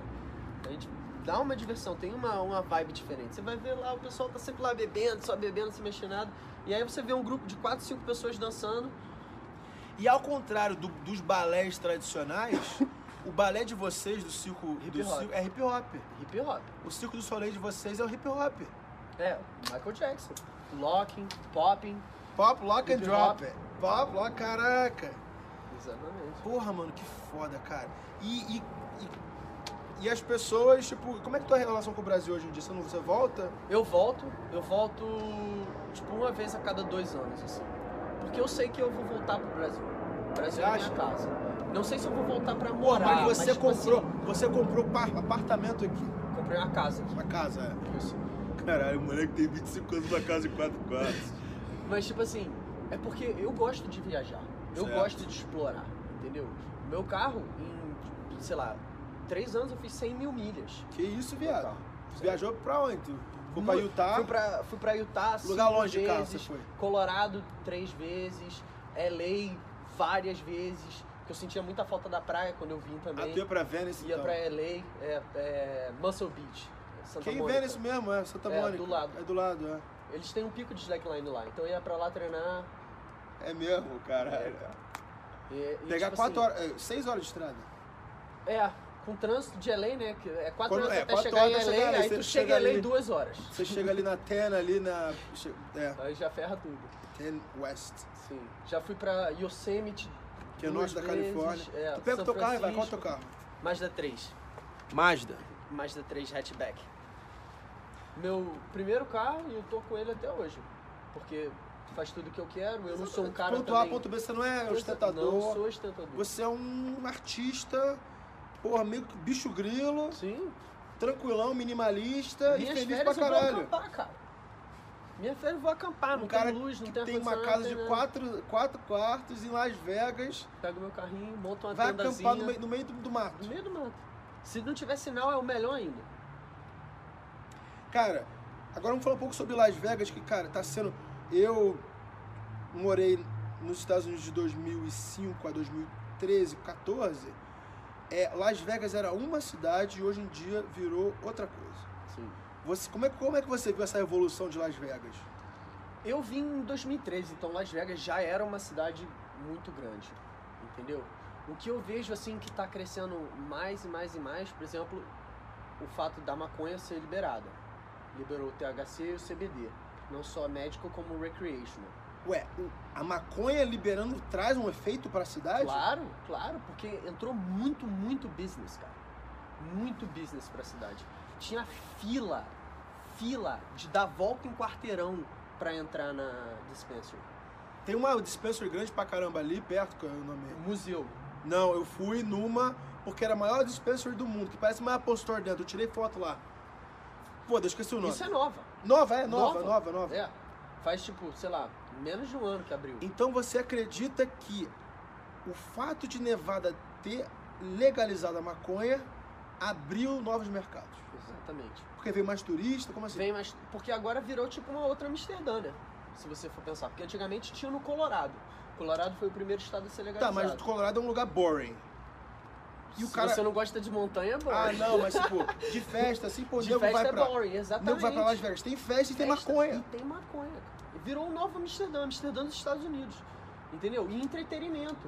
A gente dá uma diversão, tem uma, uma vibe diferente. Você vai ver lá, o pessoal tá sempre lá bebendo, só bebendo, se mexendo nada. E aí você vê um grupo de quatro, cinco pessoas dançando.
E ao contrário do- dos balés *laughs* tradicionais, o balé de vocês, do circo,
Hip
do
hop.
circo é hip hop.
Hip hop.
O circo do soleil de vocês é o hip hop.
É, Michael Jackson. Locking, popping.
Pop, lock and
Hip
drop.
hop.
Pop, lock, caraca.
Exatamente.
Porra, mano, que foda, cara. E, e, e, e as pessoas, tipo, como é que tua relação com o Brasil hoje em dia? Você, não, você volta?
Eu volto, eu volto tipo uma vez a cada dois anos, assim. Porque eu sei que eu vou voltar pro Brasil. O Brasil é
Você
minha casa. Não sei se eu vou voltar pra
Porra,
morar.
mas você
tipo
comprou,
assim,
você comprou par- apartamento aqui.
comprei uma casa aqui.
Uma casa, é.
Isso.
Caralho, o moleque tem 25 anos, uma casa de 4 quartos.
Mas, tipo assim, é porque eu gosto de viajar. Eu
Certo.
gosto de explorar, entendeu? Meu carro, em, sei lá, três anos eu fiz 100 mil milhas.
Que isso,
Meu
viado?
carro.
Tu viajou pra onde? Tu Foi pra Utah?
Fui pra, fui pra Utah
Lugar
cinco
longe de carro
vezes,
você foi?
Colorado três vezes, LA várias vezes, que eu sentia muita falta da praia quando eu vim
Ah,
também.
tu ia pra Venice,
Ia
então.
pra LA, é, é, Muscle Beach, Santa
Quem
Mônica.
Venice mesmo, é Santa
É,
Mônica.
do lado.
É do lado, é.
Eles têm um pico de slackline lá, então eu ia pra lá treinar.
É mesmo, caralho.
É, cara. E, e,
Pegar
tipo
4
assim,
horas, 6 horas de estrada.
É, com trânsito de LA, né? que É quatro
Quando-
horas
é,
até
quatro
chegar
horas
em LA,
até chegar lá,
aí
você
tu chega
chega
em LA
ali.
em duas horas. *laughs*
Você chega ali na Tena, ali na... É,
Aí já ferra tudo.
Ten West.
Sim. Já fui pra Yosemite.
Que é
duas
norte da
vezes,
Califórnia.
É,
tu pega o
São
teu carro e vai, qual é o
Francisco,
teu carro?
Mazda 3.
Mazda.
Mazda 3 hatchback. Meu primeiro carro e eu tô com ele até hoje. Porque faz tudo o que eu quero, eu não sou um cara
Ponto A,
também...
ponto B, você não é
Eu
ostentador.
Não sou ostentador.
Você é um artista porra, meio que bicho grilo,
Sim.
tranquilão, minimalista
Minhas
e feliz pra
férias eu vou
caralho.
acampar, cara. Minha férias eu vou acampar, não
Um cara
tem luz, não
que
tem
tem uma casa
ar-condicionado, não tem
de
nada.
quatro, quatro quartos em Las Vegas,
Pego meu carrinho, monto uma
vai
tendazinha.
acampar no meio, no meio do, do
No
mato.
meio do mato. Se não tiver sinal, é o melhor ainda.
Cara, agora vamos falar um pouco sobre Las Vegas, que, cara, tá sendo. Eu morei nos Estados Unidos de 2005 a 2013, 14. É, Las Vegas era uma cidade e hoje em dia virou outra coisa.
Sim.
Você, como, é, como é que você viu essa evolução de Las Vegas?
Eu vim em 2013, então Las Vegas já era uma cidade muito grande, entendeu? O que eu vejo assim que tá crescendo mais e mais e mais, por exemplo, o fato da maconha ser liberada. Liberou o THC e o CBD, não só médico como recreational.
Ué, o- a maconha liberando traz um efeito pra cidade?
Claro, claro, porque entrou muito, muito business, cara. Muito business pra cidade. Tinha fila, fila de dar volta em quarteirão pra entrar na dispensary.
Tem uma dispensary grande pra caramba ali perto, que eu não me
Museu,
Não, eu fui numa porque era a maior dispensary do mundo, que parece uma Apple Store dentro. Eu tirei foto lá. Pô, eu esqueci o nome.
isso é nova.
Nova, é nova,
Nova?
nova, nova.
É, faz tipo, sei lá, menos de um ano que abriu.
Então você acredita que o fato de Nevada ter legalizado a maconha abriu novos mercados?
Exatamente.
Porque veio mais turista, como assim?
Vem mais, porque agora virou tipo uma outra Amsterdã, né? Se você for pensar. Porque antigamente tinha no Colorado. Colorado foi o primeiro estado a ser
tá,
legalizado.
mas o Colorado é um lugar boring. E o
Se
cara-
você não gosta de montanha, é bom.
Ah, não, mas tipo, de festa, assim, pô, o
de
nego
festa
vai
é
pra.
boring, exatamente.
nego vai pra Las Vegas. Tem festa e tem
Festa E
maconha.
tem maconha. cara. Virou um novo Amsterdã, Amsterdã dos Estados Unidos. Entendeu? E entretenimento.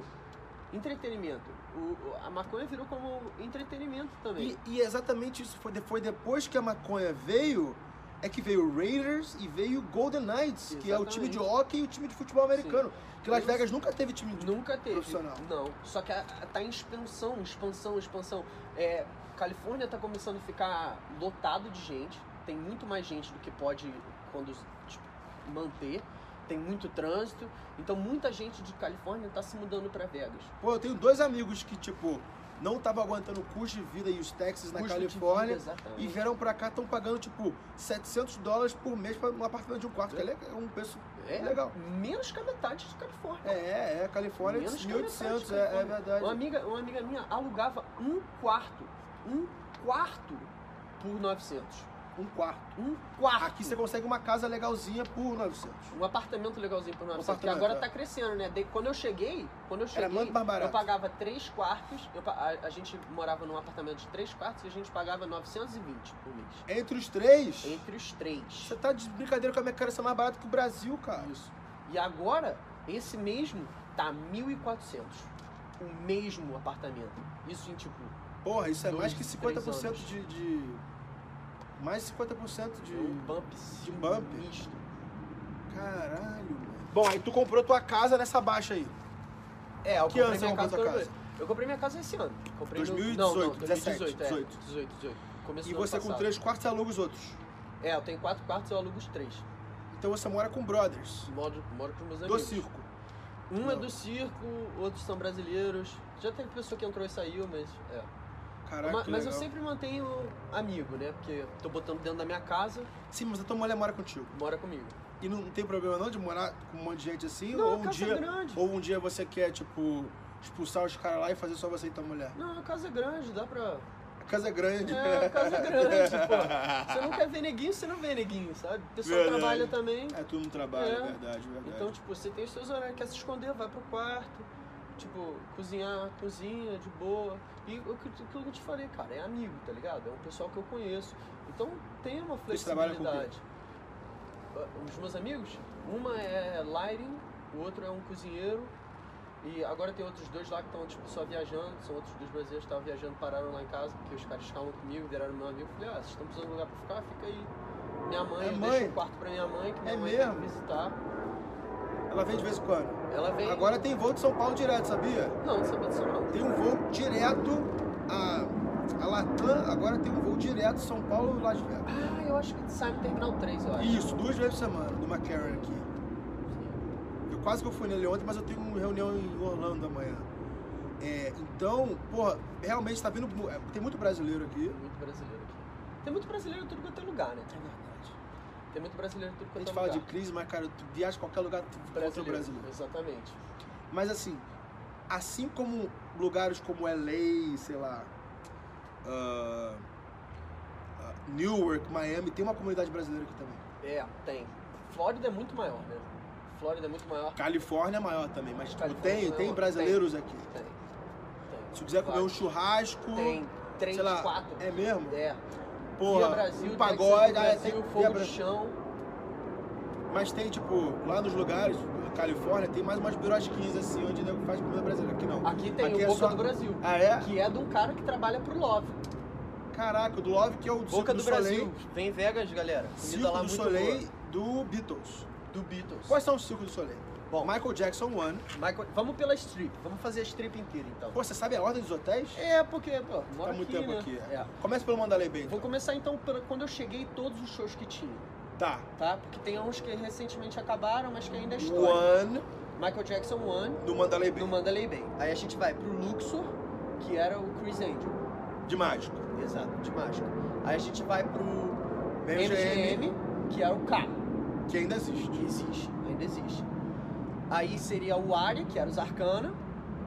Entretenimento. O- o- a maconha virou como entretenimento também.
E, e exatamente isso foi, de- foi depois que a maconha veio, é que veio o Raiders e veio o Golden Knights, que é o time de hóquei e o time de futebol americano. Que Las
Eu-
Vegas nunca teve time de
Nunca teve.
profissional.
Não. Só que a- a- tá em expansão, expansão, expansão. É, Califórnia tá começando a ficar lotado de gente. Tem muito mais gente do que pode quando tipo, manter. Tem muito trânsito. Então muita gente de Califórnia tá se mudando pra Vegas.
Pô, eu tenho dois amigos que, tipo, não estavam aguentando o custo de vida e os taxes na
Custo de
Califórnia.
vida, exatamente.
E vieram pra cá, estão pagando, tipo, 700 dólares por mês pra um apartamento de um quarto, que é le- é um preço
é,
legal.
Menos que a metade de Califórnia.
É, é, é, Califórnia,
Menos que a
1.800,
metade,
é, é
Califórnia.
verdade.
Uma amiga, uma amiga minha alugava um quarto. Um quarto por 900.
Um quarto.
Um quarto.
Aqui você consegue uma casa legalzinha por 900.
Um apartamento legalzinho por 900, porque
apartamento,
agora
é.
tá crescendo, né? De- quando eu cheguei, quando eu cheguei,
muito mais barato.
eu pagava três quartos, eu pa- a, a gente morava num apartamento de três quartos e a gente pagava 920 por mês.
Entre os três,
Entre os três.
você tá de brincadeira com a minha cara, isso é mais barato que o Brasil, cara.
Isso. E agora, esse mesmo tá 1.400. O mesmo apartamento. Isso em tipo,
Porra, isso é
Dois,
mais que 50%
três
de, de. Mais 50% de.
de um bump
de bump?
sinistro.
Caralho, mano. Bom, aí tu comprou tua casa nessa baixa aí.
É, eu
Que ano
comprei
você
minha
comprou
casa,
tua
quando-
casa?
Eu comprei minha casa esse ano. Comprei
2018,
no, não, não,
17,
2018, é,
18.
18, 18. Começo
e
do ano
você com
passado.
três quartos você aluga os outros.
É, eu tenho quatro quartos, eu alugo os três.
Então você mora com brothers.
Moro, moro com meus
Do
amigos.
circo. Ah.
Um é
Não.
do circo, outros são brasileiros. Já teve pessoa que entrou e saiu, mas é.
Caraca, Ah,
Ma- mas
que
eu
legal.
sempre mantenho amigo, né? Porque tô botando dentro da minha casa,
Sim, mas a tua mulher mora contigo.
mora comigo.
E não tem problema não de morar com um monte de gente assim?
Não,
ou
a
um
casa
dia.
é grande.
Ou um dia você quer, tipo, expulsar os caras lá e fazer só você e tua mulher.
Não, a casa é grande, dá pra.
A casa é grande.
É, a casa é grande, pô. Você não quer ver neguinho, você não vê neguinho, sabe? O pessoal
Verdade.
trabalha também.
*laughs* É, tu não trabalha,
É.
verdade, verdade.
Então, tipo, você tem os seus horários, quer se esconder, vai pro quarto. Tipo, cozinhar, cozinha, de boa. E o que- aquilo que eu te falei, cara, é amigo, tá ligado? É um pessoal que eu conheço. Então tem uma
Eles trabalham com o quê?
flexibilidade. Ah, Os meus amigos, uma é lighting, o outro é um cozinheiro. E agora tem outros dois lá que estão tipo, só viajando, são outros dois brasileiros que estavam viajando, pararam lá em casa, porque os caras ficavam comigo, viraram meu amigo. Falei, ah, vocês estão precisando de lugar pra ficar? Fica aí. Minha mãe,
É
eu
mãe?
deixo um quarto pra minha mãe, que minha
É
mãe vem
mesmo?
me visitar.
Ela vem de vez em quando.
Ela vem.
Agora tem voo de São Paulo direto, sabia?
Não, não sabia disso não.
Tem um voo direto a, a Latam, agora tem um voo direto São Paulo e Las Vegas.
Ah, eu acho que sai no Terminal 3, eu acho.
Isso, duas vezes por semana, do McCarran aqui. Eu quase que eu fui nele ontem, mas eu tenho uma reunião em Orlando amanhã. É, então, porra, realmente tá vindo. é, Tem muito brasileiro aqui.
Tem muito brasileiro aqui. Tem muito brasileiro em tudo quanto é lugar, né?
É verdade.
Tem muito brasileiro em
A
tudo quanto é
gente
lugar.
fala de crise, mas, cara, tu viaja a qualquer lugar, tu encontra o brasileiro.
Exatamente.
Mas assim, assim como lugares como LA, sei lá, ah, ah, Newark, Miami, tem uma comunidade brasileira aqui também.
É, tem. Flórida é muito maior, né? Flórida é muito maior.
Califórnia é maior também, mas tipo,
Califórnia é
tem,
maior,
tem brasileiros aqui.
Tem. Tem.
Se quiser comer um churrasco,
Tem três,
sei lá,
quatro.
é mesmo?
É. Via
Porra,
Brasil,
um pagode, ah,
Texas,
tem
Brasil,
Via
fogo no
Brasil.
chão.
Mas tem, tipo, lá nos lugares, na Califórnia, tem mais umas birosquinhas assim, onde nego faz comida brasileira. Aqui não.
Aqui tem
Aqui
o
é
Boca
só-
do Brasil.
Ah, é?
Que é de um cara que trabalha pro Love.
Caraca, o do Love, que é o do Cirque
Boca do, Brasil.
Soleil.
Vem em Vegas, galera.
Cirque
Comida lá
do
muito
Soleil
boa.
do Beatles.
Do Beatles.
Quais são os Cirque do Soleil?
Bom.
Michael Jackson, One.
Michael- Vamos pela strip. Vamos fazer a strip inteira, então.
Pô, você sabe a ordem dos hotéis?
É, porque, pô, mora
Tá muito
aqui,
tempo
né?
aqui.
É.
Começa pelo Mandalay Bay.
Vou
então.
começar, então, pela- quando eu cheguei, todos os shows que tinha,
Tá.
tá? Porque tem uns que recentemente acabaram, mas que ainda é história.
One
Michael Jackson One,
do Mandalay Bay.
no Mandalay Bay. Aí a gente vai pro Luxor, que era o Chris Angel.
De mágico.
Exato, de mágica. Aí a gente vai pro
MGM.
MGM, que é o K,
Que ainda existe.
que existe, ainda existe. Aí seria o Aria, que era os Arcana,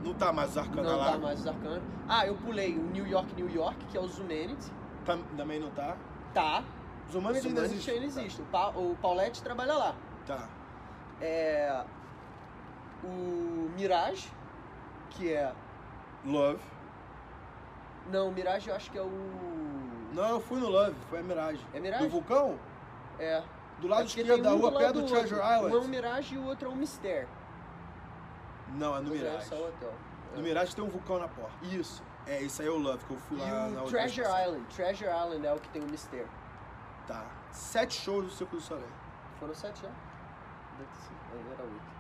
Não tá mais os Arcana
não
lá.
dá mais os Arcana. Ah, eu pulei o New York, New York, que é o Zumanity,
Tam- também não tá.
tá.
Os humanos ainda Tá.
Zumanity
existem.
ainda existe, o, pa o Paulette trabalha lá.
Tá.
É... O Mirage, que é...
Love.
Não, o Mirage eu acho que é o...
Não, eu fui no Love, foi a Mirage.
É
Do
Mirage?
vulcão?
É.
Do
É
lado
porque
esquerdo
tem
da
um
rua,
lado
perto do
outro.
Treasure
Um é um
Island.
Mirage e o outro é um Mister.
Não, é no
Mas É
Mirage.
só o hotel.
No Mirage tem um vulcão na porta.
Isso.
É, isso aí é o Love, que eu fui lá
e
na
o
outra
Treasure
estação.
Island. Treasure Island é o que tem o Mister.
Tá. Sete shows do Circo do Soleil.
Foram sete já? Deve ter sido. Aí Era oito.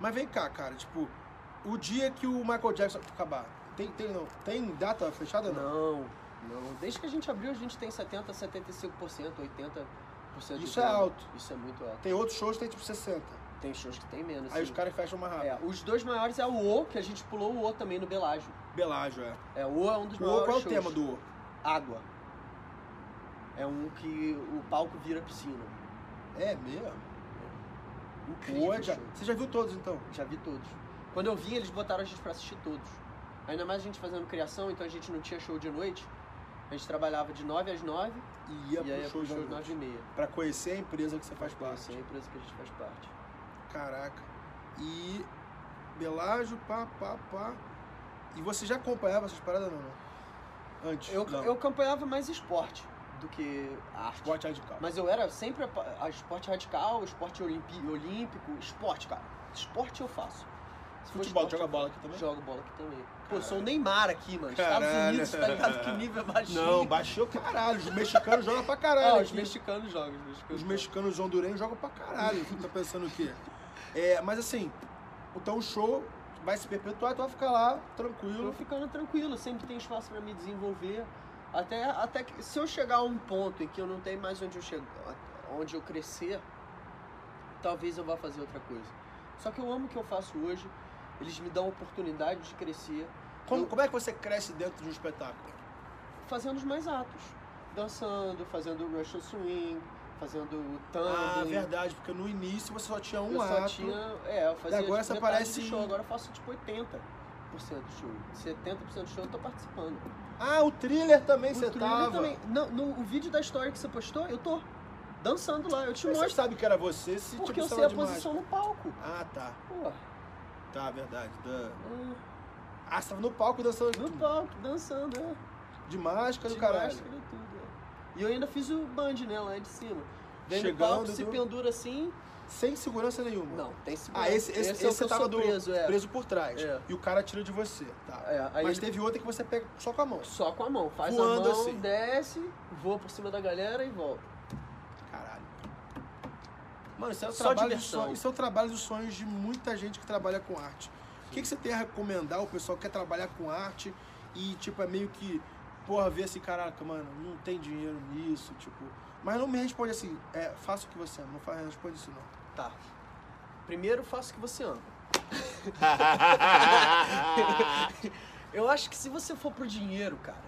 Mas vem cá, cara, tipo, o dia que o Michael Jackson acabar, tem, tem, não, tem data fechada ou não?
Não, não. Desde que a gente abriu, a gente tem 70%, 75%, 80%. de
Isso é
venda.
alto.
Isso é muito alto.
Tem outros shows que tem tipo 60.
Tem shows que tem menos.
Aí os
sim.
caras fecham mais rápido.
É, os dois maiores é o O, que a gente pulou o O também no Belágio.
Belágio, é.
É, o O é um dos
O
maiores
O, qual é o
shows.
tema do O?
Água. É um que o palco vira piscina.
É mesmo?
Incrível
O O é já.
show.
Você já viu todos então?
Já vi todos. Quando eu vi, eles botaram a gente pra assistir todos. Ainda mais a gente fazendo criação, então a gente não tinha show de noite. A gente trabalhava de 9 às 9
E ia
e
pro
aí ia
show
pro
de
show de
noite.
9 e meia.
Pra conhecer a empresa que você faz
Essa é
parte.
a empresa que a gente faz parte.
Caraca. E. Belágio, pá, pá, pá. E você já acompanhava essas paradas ou não? Antes?
Eu,
não.
eu acompanhava mais esporte do que arte.
Esporte radical.
Mas eu era sempre a, a esporte radical, esporte olimpi- olímpico, esporte, cara. Esporte eu faço. Se for
Futebol,
esporte,
joga
eu
bola
faço.
aqui também?
Jogo bola aqui também. Pô,
Caralho.
sou o Neymar aqui, mano. Estados
Caralho.
Unidos, tá ligado que nível é baixinho.
Não, baixou caralho. Os mexicanos jogam pra caralho.
Ah, os
aqui.
mexicanos jogam, os
Os
mexicanos jogam.
mexicanos os hondurenhos jogam pra caralho. Tu tá pensando o quê? É, mas assim, então o show vai se perpetuar, tu vai ficar lá
Eu vou
tranquilo.
ficando tranquilo, sempre tem espaço pra me desenvolver. Até, até que se eu chegar a um ponto em que eu não tenho mais onde eu chego, onde eu crescer, talvez eu vá fazer outra coisa. Só que eu amo o que eu faço hoje. Eles me dão a oportunidade de crescer
Como, como é que você cresce dentro de um espetáculo?
fazendo os mais atos. Dançando, fazendo Russian Swing, fazendo
Ah,
tumbling.
verdade, porque no início você só tinha um
eu só
ato.
tinha. É, eu fazia
E agora
tipo,
você
metade
aparece
do
em-
show, agora eu faço tipo 80% do show. 70% do show eu tô participando.
Ah, o thriller também
O
você
Thriller
tava.
também. Não, no, o vídeo da história que você postou, eu tô dançando lá. Eu te
Mas Você
mostro.
sabe que era você se
Porque
tipo,
eu
você
sei a
era demais.
posição no palco.
Ah, tá.
Pô,
Tá, verdade. Da-
ah,
Ah, você tava no palco dançando
no palco, dançando, é.
de máscara
De
do caralho.
máscara e tudo, é. E eu ainda fiz o band, né, lá de cima. Vem no
Chegando,
palco, se
viu?
pendura assim.
Sem segurança nenhuma.
Não, tem segurança.
Ah, esse, esse,
é o
esse
que
você
eu
tava
sou
do,
preso, é.
preso por trás.
É.
E o cara tira de você, tá?
É, aí
Mas
ele-
teve outra que você pega só com a mão.
Só com a mão. Faz
Voando
a mão,
assim.
desce, voa por cima da galera e volta.
Caralho. Mano, isso é, o
Só
trabalho dos
diversão.
sonhos, isso é o trabalho dos sonhos de muita gente que trabalha com arte. O que, que você tem a recomendar o pessoal que quer trabalhar com arte e, tipo, é meio que, porra, ver assim, caraca, mano, não tem dinheiro nisso, tipo. Mas não me responde assim, é, faça o que você ama, não *laughs* fa- responde isso não.
Tá. Primeiro, faça o que você ama. Eu acho que se você for pro dinheiro, cara,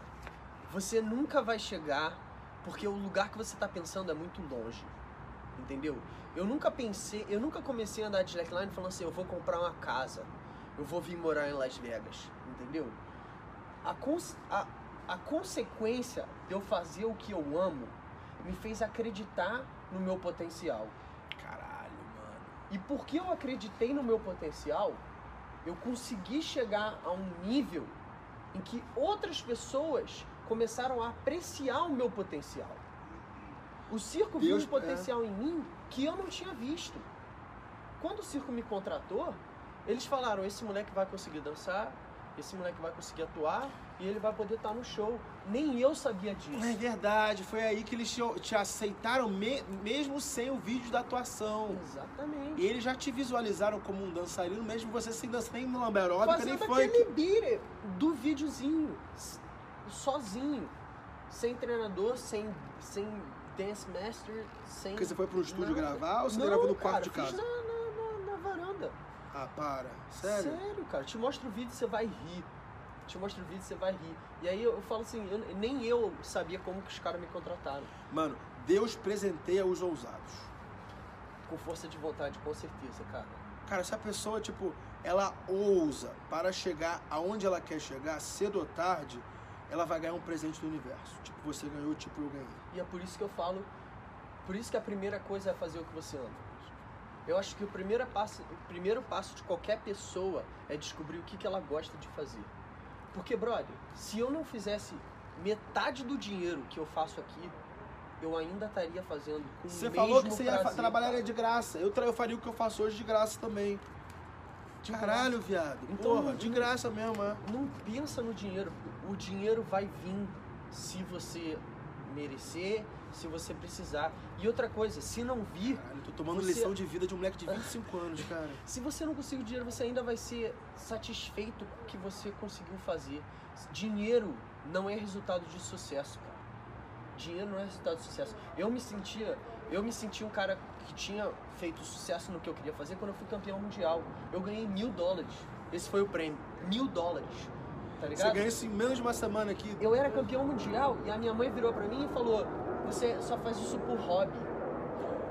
você nunca vai chegar porque o lugar que você tá pensando é muito longe. Entendeu? Eu nunca pensei, eu nunca comecei a andar de slackline falando assim, eu vou comprar uma casa, eu vou vir morar em Las Vegas, entendeu? A, cons- a, a consequência de eu fazer o que eu amo me fez acreditar no meu potencial.
Caralho, mano.
E porque eu acreditei no meu potencial, eu consegui chegar a um nível em que outras pessoas começaram a apreciar o meu potencial. O circo
Deus- é.
viu um potencial em mim que eu não tinha visto. Quando o circo me contratou, eles falaram: esse moleque vai conseguir dançar, esse moleque vai conseguir atuar e ele vai poder estar no show. Nem eu sabia
É
disso.
verdade, foi aí que eles te, te aceitaram me- mesmo sem o vídeo da atuação.
Exatamente.
Eles já te visualizaram como um dançarino, mesmo você sem dançar nem lamba aeróbica, nem
fazendo
funk.
aquele beat do videozinho, s- sozinho, sem treinador, sem, sem dance master, sem...
Porque você foi pro estúdio
Não.
gravar ou você
Não,
gravou no quarto
cara,
de casa?
Fiz na, na, na, na varanda.
Ah, para. Sério?
cara. Te mostro o vídeo, você vai rir. Te mostro o vídeo, você vai rir. E aí eu, eu falo assim, eu- nem eu sabia como que os caras me contrataram.
Mano, Deus presenteia os ousados.
Com força de vontade, com certeza, cara.
Cara, se a pessoa, tipo, ela ousa para chegar aonde ela quer chegar, cedo ou tarde, ela vai ganhar um presente do universo. Tipo, você ganhou, tipo, eu ganhei.
E é por isso que eu falo, por isso que a primeira coisa é fazer o que você ama. Eu acho que o primeiro passo, o primeiro passo de qualquer pessoa é descobrir o que, que ela gosta de fazer. Porque, brother, se eu não fizesse metade do dinheiro que eu faço aqui, eu ainda estaria fazendo com
Você
o
falou que
mesmo
você ia fa-
prazer,
trabalhar
cara.
de graça. Eu, tra- eu faria o que eu faço hoje de graça também.
Tipo,
Caralho, viado.
Então,
Porra,
não-
de graça mesmo, é.
Não pensa no dinheiro. O dinheiro vai vir se você merecer, se você precisar. E outra coisa, se não vir,
Caralho, eu tô tomando
Você-
lição de vida de um moleque de 25 anos, cara.
Se você não conseguir dinheiro, você ainda vai ser satisfeito com o que você conseguiu fazer. Dinheiro não é resultado de sucesso, cara. Dinheiro não é resultado de sucesso. Eu me sentia, eu me sentia um cara que tinha feito sucesso no que eu queria fazer quando eu fui campeão mundial. Eu ganhei mil dólares. Esse foi o prêmio, mil dólares. Tá
Você
ligado?
ganha isso em menos de uma semana aqui.
Eu era campeão mundial e a minha mãe virou pra mim e falou: "Você só faz isso por hobby".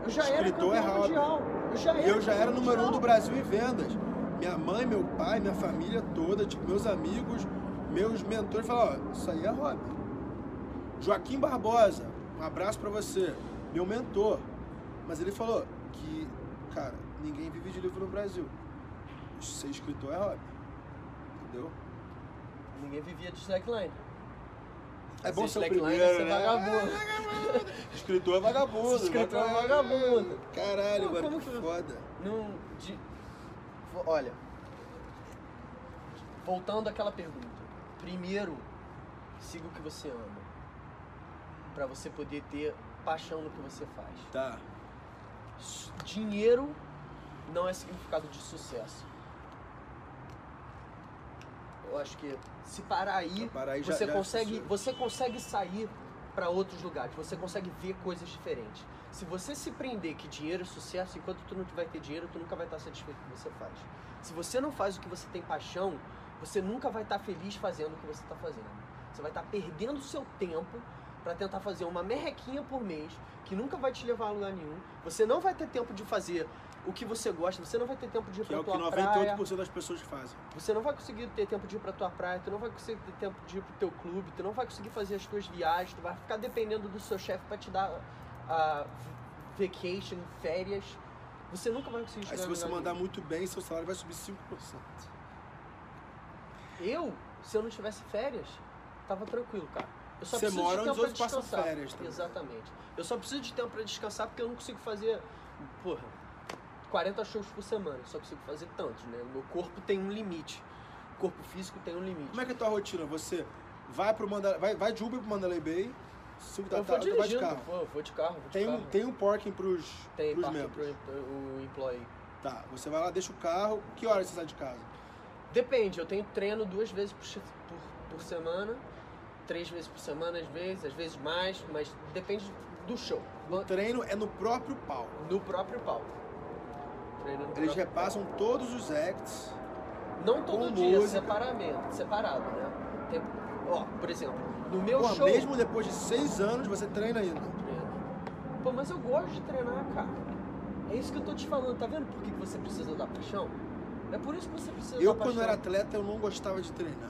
Eu já era
Escritor
campeão
é hobby.
mundial. Eu já era.
Eu já era
campeão
número um do
mundial.
Brasil em vendas. Minha mãe, meu pai, minha família toda, tipo, meus amigos, meus mentores falaram, ó, isso aí é hobby. Joaquim Barbosa, um abraço pra você, meu mentor. Mas ele falou que, cara, ninguém vive de livro no Brasil. Ser escritor é hobby. Entendeu?
Ninguém vivia de slackline.
É bom ser
Ser
o
slackline
primeiro,
é ser
né?
vagabundo.
É, Escritor é vagabundo.
Ser escritor é vagabundo.
Caralho,
Pô,
mano,
como
que
que-
foda.
Não. De... Fo- Olha. Voltando àquela pergunta. Primeiro, siga o que você ama. Pra você poder ter paixão no que você faz.
Tá.
S- Dinheiro não é significado de sucesso. Eu acho que se parar aí,
Parar aí já-
você
já-
consegue, você consegue sair para outros lugares, você consegue ver coisas diferentes. Se você se prender que dinheiro é sucesso, enquanto tu não vai ter dinheiro, tu nunca vai estar satisfeito com o que você faz. Se você não faz o que você tem paixão, você nunca vai estar feliz fazendo o que você está fazendo. Você vai estar perdendo o seu tempo para tentar fazer uma merrequinha por mês que nunca vai te levar a lugar nenhum. Você não vai ter tempo de fazer o que você gosta, você não vai ter tempo de ir
Que é
pra
o que
tua praia.
98% das pessoas fazem.
Você não vai conseguir ter tempo de ir pra tua praia, tu não vai conseguir ter tempo de ir pro teu clube, tu não vai conseguir fazer as tuas viagens, tu vai ficar dependendo do seu chefe pra te dar a vacation, férias. Você nunca vai conseguir
Aí
chegar
se
em
você
lugar
mandar
nenhum.
muito bem, seu salário vai subir 5%.
Eu, se eu não tivesse férias, tava tranquilo, cara. Eu só
Você
preciso
mora
de
onde
tempo
os outros
pra
passam
descansar.
férias também.
Exatamente. Eu só preciso de tempo pra descansar porque eu não consigo fazer, porra, 40 shows por semana. Eu só consigo fazer tantos, né? Meu corpo tem um limite. O corpo físico tem um limite.
Como é que é a tua rotina? Você vai pro Mandalay, vai, vai de Uber pro Mandalay Bay, 5 da
eu vou
tarde, tu Tá, vai de
dirigindo,
carro.
vou, vou de carro, vou de
Tem
carro.
um, tem um parking pros,
tem
pros
parque
membros.
pro em- o employee.
Tá, você vai lá, deixa o carro. Que horas você sai de casa?
Depende, eu tenho treino duas vezes por, se- por- por semana, três vezes por semana às vezes, às vezes mais, mas depende do show,
O treino é no próprio palco.
no próprio palco. Treino no
Eles
próprio palco.
repassam todos os acts.
Não todo
Com
dia,
música.
separamento, separado, né? Tem- ó, por exemplo, no meu
Porra,
show.
mesmo depois de seis anos, você treina ainda.
Pô, mas eu gosto de treinar, cara. É isso que eu tô te falando, tá vendo por que que você precisa da paixão? É por isso que você precisa
Eu,
da
quando
paixão.
era atleta, eu não gostava de treinar.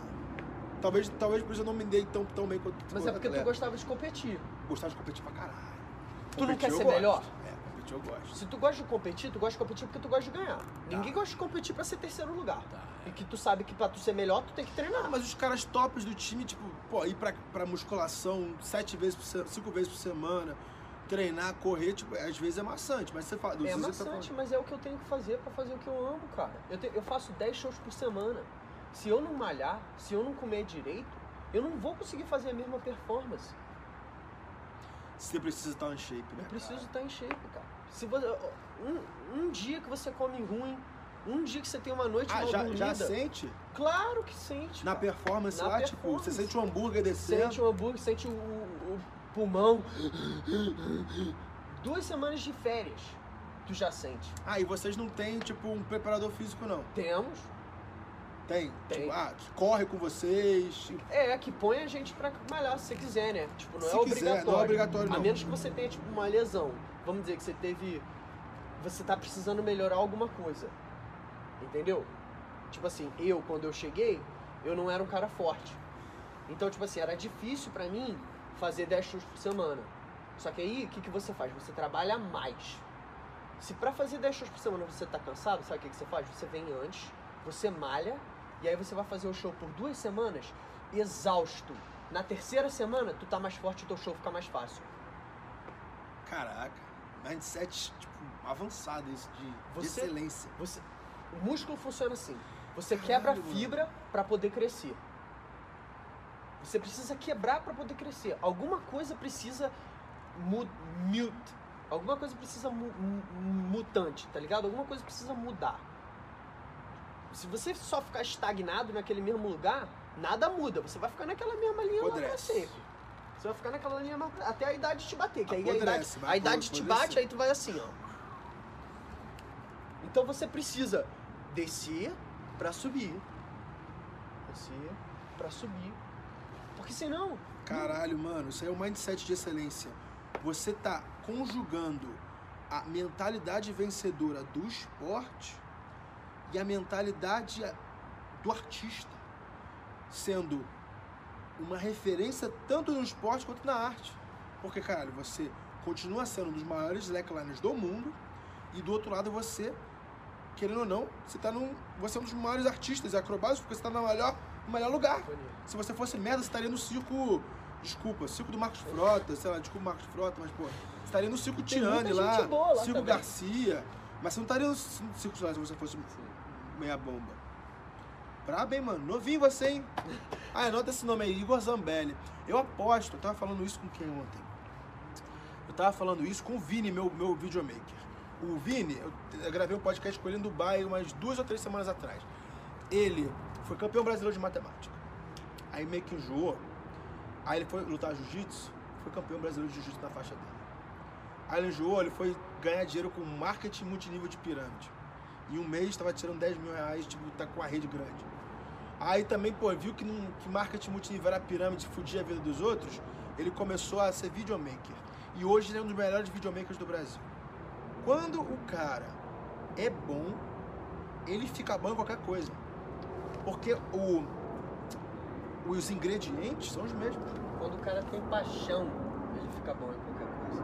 Talvez, talvez por isso eu não me dei tão, tão bem quanto
Mas
quanto
é porque tu
atleta.
gostava de competir.
Gostava de competir pra caralho.
Tu não
Competir
quer
eu
ser
gosto.
melhor?
É, competir eu gosto.
Se tu gosta de competir, tu gosta de competir porque tu gosta de ganhar.
Tá.
Ninguém gosta de competir pra ser terceiro lugar. E que tu sabe que pra tu ser melhor, tu tem que
Ah,
treinar.
mas os caras tops do time, tipo, pô, ir pra, pra musculação sete vezes por se- cinco vezes por semana, treinar, correr, tipo, às vezes é maçante, mas você fala. do
É
Zizi, você tá
amassante,
falando-
mas é o que eu tenho que fazer pra fazer o que eu amo, cara. Eu, te- eu faço 10 shows por semana. Se eu não malhar, se eu não comer direito, eu não vou conseguir fazer a mesma performance.
Você precisa estar em shape, né?
Eu preciso
cara?
estar em shape, cara. Se você, um, um dia que você come ruim, um dia que você tem uma noite
Ah,
mal
já,
dormida,
já sente?
claro que sente.
Na
cara.
performance
Na
lá, tipo,
performance.
você sente o hambúrguer descendo.
Sente um o hambúrguer, sente o, o- o pulmão. Duas semanas de férias, tu já sente.
Ah, e vocês não têm, tipo, um preparador físico, não.
Temos,
Tem.
Tem.
Tipo, ah, que corre com vocês.
é, que põe a gente pra malhar se você quiser, né? Tipo, não
se
é
quiser,
obrigatório.
não é obrigatório,
A
não.
menos que você tenha, tipo, uma lesão. Vamos dizer que você teve. Você tá precisando melhorar alguma coisa. Entendeu? Tipo assim, eu, quando eu cheguei, eu não era um cara forte. Então, tipo assim, era difícil pra mim fazer 10 shows por semana. Só que aí, o que, que você faz? Você trabalha mais. Se pra fazer 10 shows por semana você tá cansado, sabe o que, que você faz? Você vem antes, você malha, e aí você vai fazer o show por duas semanas exausto. Na terceira semana, tu tá mais forte e teu show fica mais fácil.
Caraca. Mindset, tipo, avançado isso, de, de
Você-
excelência.
Você, o músculo funciona assim. Você quebra a
Caralho,
fibra pra poder crescer. Você precisa quebrar pra poder crescer. Alguma coisa precisa mu- mute. Alguma coisa precisa mu- mu- mutante, tá ligado? Alguma coisa precisa mudar. Se você só ficar estagnado naquele mesmo lugar, nada muda. Você vai ficar naquela mesma linha lá pra
Apodrece.
sempre. Você vai ficar naquela linha lá pra- até a idade te bater. Que aí a idade,
Apodrece, vai
a idade te
apodrecer.
bate, aí tu vai assim, ó. Então você precisa descer pra subir. Descer pra subir. Porque senão.
Caralho, mano, isso aí é um mindset de excelência. Você tá conjugando a mentalidade vencedora do esporte e a mentalidade do artista, sendo uma referência tanto no esporte quanto na arte. Porque, caralho, você continua sendo um dos maiores slackliners do mundo e do outro lado você, querendo ou não, você, tá num, você é um dos maiores artistas e acrobatas porque você tá no melhor, no melhor lugar. Se você fosse merda, você estaria no circo. Desculpa, circo do Marcos Frota, sei lá, desculpa Marcos Frota, mas pô. Você estaria no circo
Tem
Tiane
muita
lá,
gente boa lá
circo
também.
Garcia. Mas você não estaria no ci- no circo Solar se você fosse meia bomba. Brabo, hein, mano? Novinho você,
*laughs*
hein? Ah, anota esse nome aí, Igor Zambelli. Eu aposto, eu tava falando isso com quem ontem? Eu tava falando isso com o Vini, meu, meu videomaker. O Vini, eu t- eu gravei um podcast com ele em Dubai umas duas ou três semanas atrás. Ele foi campeão brasileiro de matemática. Aí meio que enjoou. Aí ele foi lutar jiu-jitsu, foi campeão brasileiro de jiu-jitsu na faixa dele. Aí ele enjoou, ele foi ganhar dinheiro com marketing multinível de pirâmide. Em um mês estava tirando 10 mil reais, tipo, tá com a rede grande. Aí também, pô, viu que, não, que marketing multinível era pirâmide, fudia a vida dos outros, ele começou a ser videomaker. E hoje ele é um dos melhores videomakers do Brasil. Quando o cara é bom, ele fica bom em qualquer coisa. Porque o, os ingredientes são os mesmos.
Quando o cara tem paixão, ele fica bom em qualquer coisa.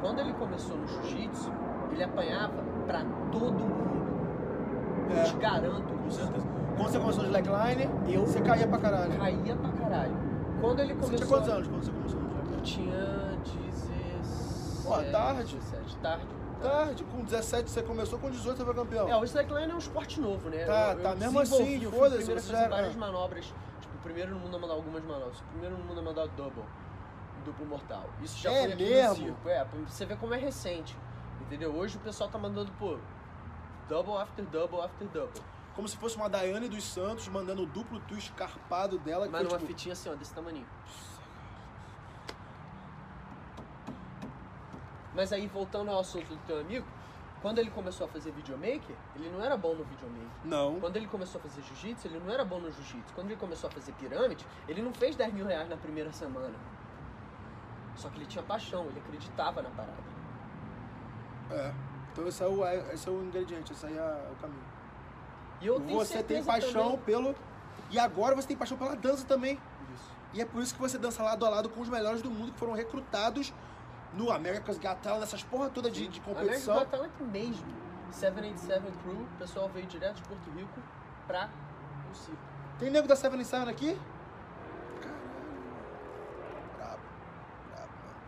Quando ele começou no jiu-jitsu, ele apanhava pra todo mundo.
É.
Eu te garanto
Com
isso.
certeza. Quando você começou de slackline,
Eu
você caía pra caralho.
caía pra caralho. Quando ele
Você
começou.
tinha quantos anos quando você começou de slackline?
Eu tinha 17.
Ó, tarde.
17, tarde.
Tarde, com 17 você começou, com 18 você foi campeão.
É, o slackline é um esporte novo, né?
Tá,
Eu- eu
tá, mesmo
desenvolvi,
assim,
eu fui o
foda-se,
primeiro a
você
fazer
já-
várias
é.
manobras. Tipo, o primeiro no mundo a mandar algumas manobras. O primeiro no mundo a mandar double. Duplo mortal. Isso já
É
foi aqui
mesmo?
no circo. É, pra você ver como é recente. Entendeu? Hoje o pessoal tá mandando, pô, double after double after double.
Como se fosse uma Daiane dos Santos mandando o duplo twist carpado dela. que
Mas
foi,
numa
tipo,
fitinha assim, ó, desse tamaninho. Mas aí, voltando ao assunto do teu amigo, Quando ele começou a fazer videomaker, ele não era bom no videomaker.
Não.
Quando ele começou a fazer jiu-jitsu, ele não era bom no jiu-jitsu. Quando ele começou a fazer pirâmide, ele não fez 10 mil reais na primeira semana. Só que ele tinha paixão, ele acreditava na parada.
É. Então esse é o, é- esse é o ingrediente, esse aí é o caminho.
E eu tenho
você tem
certeza
paixão
também-
pelo. E agora você tem paixão pela dança também.
Isso.
E é por isso que você dança lado a lado com os melhores do mundo que foram recrutados no America's Got Talent, nessas porra toda de, de competição.
American Got Talent mesmo. 787 Crew, o pessoal veio direto de Porto Rico pra o circo.
Tem nego da Seven Seven aqui? Caralho. Brabo. Brabo, mano.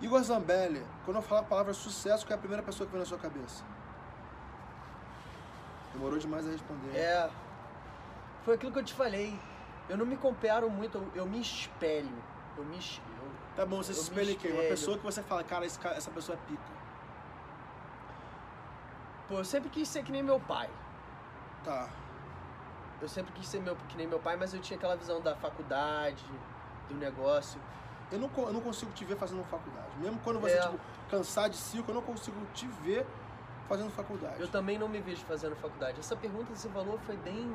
Igor Zambelli, quando eu falar a palavra sucesso, que é a primeira pessoa que vem na sua cabeça? Demorou demais a responder. né?
É. Foi aquilo que eu te falei. Eu não me comparo muito, eu, eu me espelho. Eu me es- eu-
Tá bom, você se
Eu me
espelha em quem? Uma
espelho.
pessoa que você fala, cara, esse ca- essa pessoa é pica.
Pô, eu sempre quis ser que nem meu pai.
Tá.
Eu sempre quis ser meu, que nem meu pai, mas eu tinha aquela visão da faculdade, do negócio.
Eu não, co- eu não consigo te ver fazendo faculdade. Mesmo quando você,
É.
tipo, cansar de circo, eu não consigo te ver fazendo faculdade.
Eu também não me vejo fazendo faculdade. Essa pergunta, esse valor foi bem.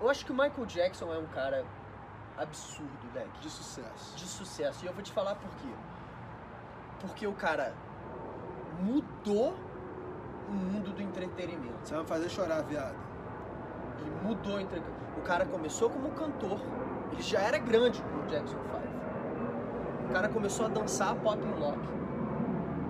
Eu acho que o Michael Jackson é um cara absurdo, Leque.
De sucesso.
de sucesso. E eu vou te falar por quê. Porque o cara mudou o mundo do entretenimento.
Você vai me fazer chorar, viado.
Ele mudou o entretenimento. O cara começou como cantor. Ele já era grande no Jackson 5. O cara começou a dançar pop and rock.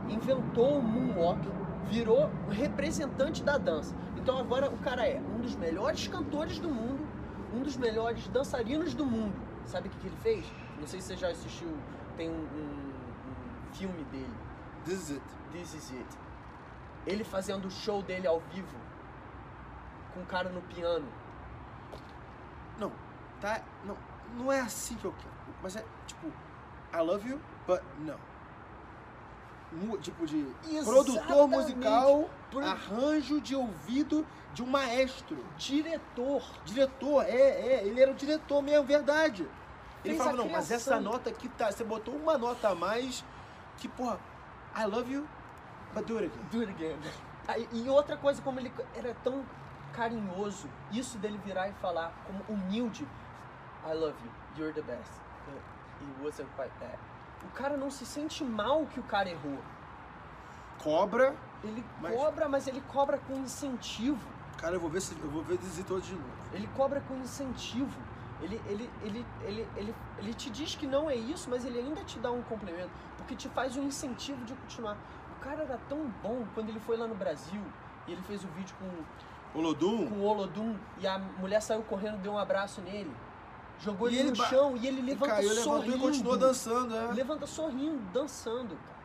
Inventou o moonwalk. Virou o representante da dança. Então agora o cara é um dos melhores cantores do mundo. Um dos melhores dançarinos do mundo. Sabe o que, que ele fez? Não sei se você já assistiu. Tem um- um- um filme dele.
This is it.
This Is It. Ele fazendo o show dele ao vivo, com o cara no piano.
Não, tá. Não, não é assim que eu quero. Mas é tipo, I love you, but no. Mu- tipo de produtor
Exatamente.
musical,
Pro-
arranjo de ouvido de um maestro.
Diretor.
Diretor, é, é, ele era o diretor mesmo, verdade. Ele
Fez
falava,
a
não, mas
criação.
essa nota aqui tá. Você botou uma nota a mais que, porra, I love you, but do it again.
Do it again. Aí, E outra coisa, como ele era tão carinhoso, isso dele virar e falar, como humilde. I love you, you're the best. It wasn't quite that. O cara não se sente mal que o cara errou.
Cobra.
Ele
Mas-
cobra, mas ele cobra com incentivo.
Cara, eu vou ver se eu vou ver This Is It hoje de novo.
Ele cobra com incentivo. Ele, ele, ele, ele, ele, ele te diz que não é isso, mas ele ainda te dá um complemento, porque te faz um incentivo de continuar. O cara era tão bom quando ele foi lá no Brasil e ele fez o vídeo com,
Olodum.
com o Olodum e a mulher saiu correndo, deu um abraço nele, jogou
E
ele, no
ele ba-
chão e ele
Ele
levanta
caiu, levantou
sorrindo.
e continuou dançando, é.
Levanta sorrindo, dançando, cara.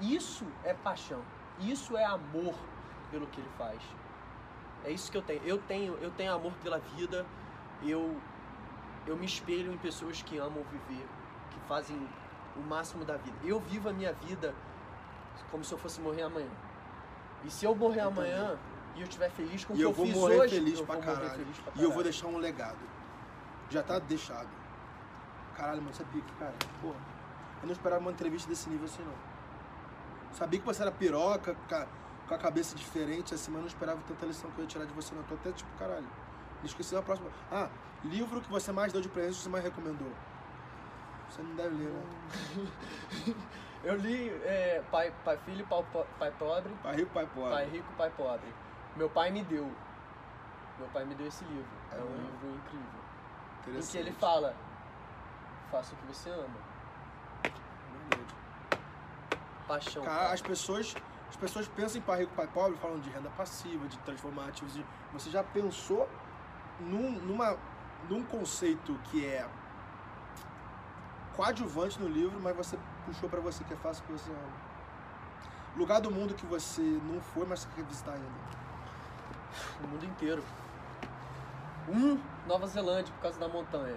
Isso é paixão. Isso é amor pelo que ele faz. É isso que eu tenho. Eu tenho, eu tenho amor pela vida. Eu eu me espelho em pessoas que amam viver, que fazem o máximo da vida. Eu vivo a minha vida como se eu fosse morrer amanhã. E se eu morrer
Eu
amanhã e eu estiver feliz com o
E
que eu,
eu vou
fiz
morrer
hoje,
feliz
eu
pra
vou morrer
caralho.
feliz pra
E eu vou
caralho.
deixar um legado. Já tá deixado. Caralho, mano, você é pique, cara. Porra. Eu não esperava uma entrevista desse nível assim, não. Sabia que você era piroca, ca- com a cabeça diferente, assim, mas não esperava tanta lição que eu ia tirar de você, não. Tô até tipo, caralho. Me esqueci da próxima. Ah, livro que você mais deu de presente, que você mais recomendou. Você não deve ler,
Hum.
né?
Eu li é, pai, pai Filho, Pau- Pau- pai Pobre,
Pai rico, pai pobre.
Pai Rico, Pai Pobre. Meu pai me deu. Meu pai me deu esse livro. É um
É.
livro incrível. Em
Interessante.
que ele fala: Faça o que você ama. Paixão.
Cara, as pessoas, as pessoas pensam em pai rico, pai pobre, falam de renda passiva, de transformar ativos. em- Você já pensou num, numa, num conceito que é coadjuvante no livro, mas você puxou pra você que é fácil que você ama. Lugar do mundo que você não foi, mas você quer visitar ainda.
O mundo inteiro. Um, Nova Zelândia, por causa da montanha.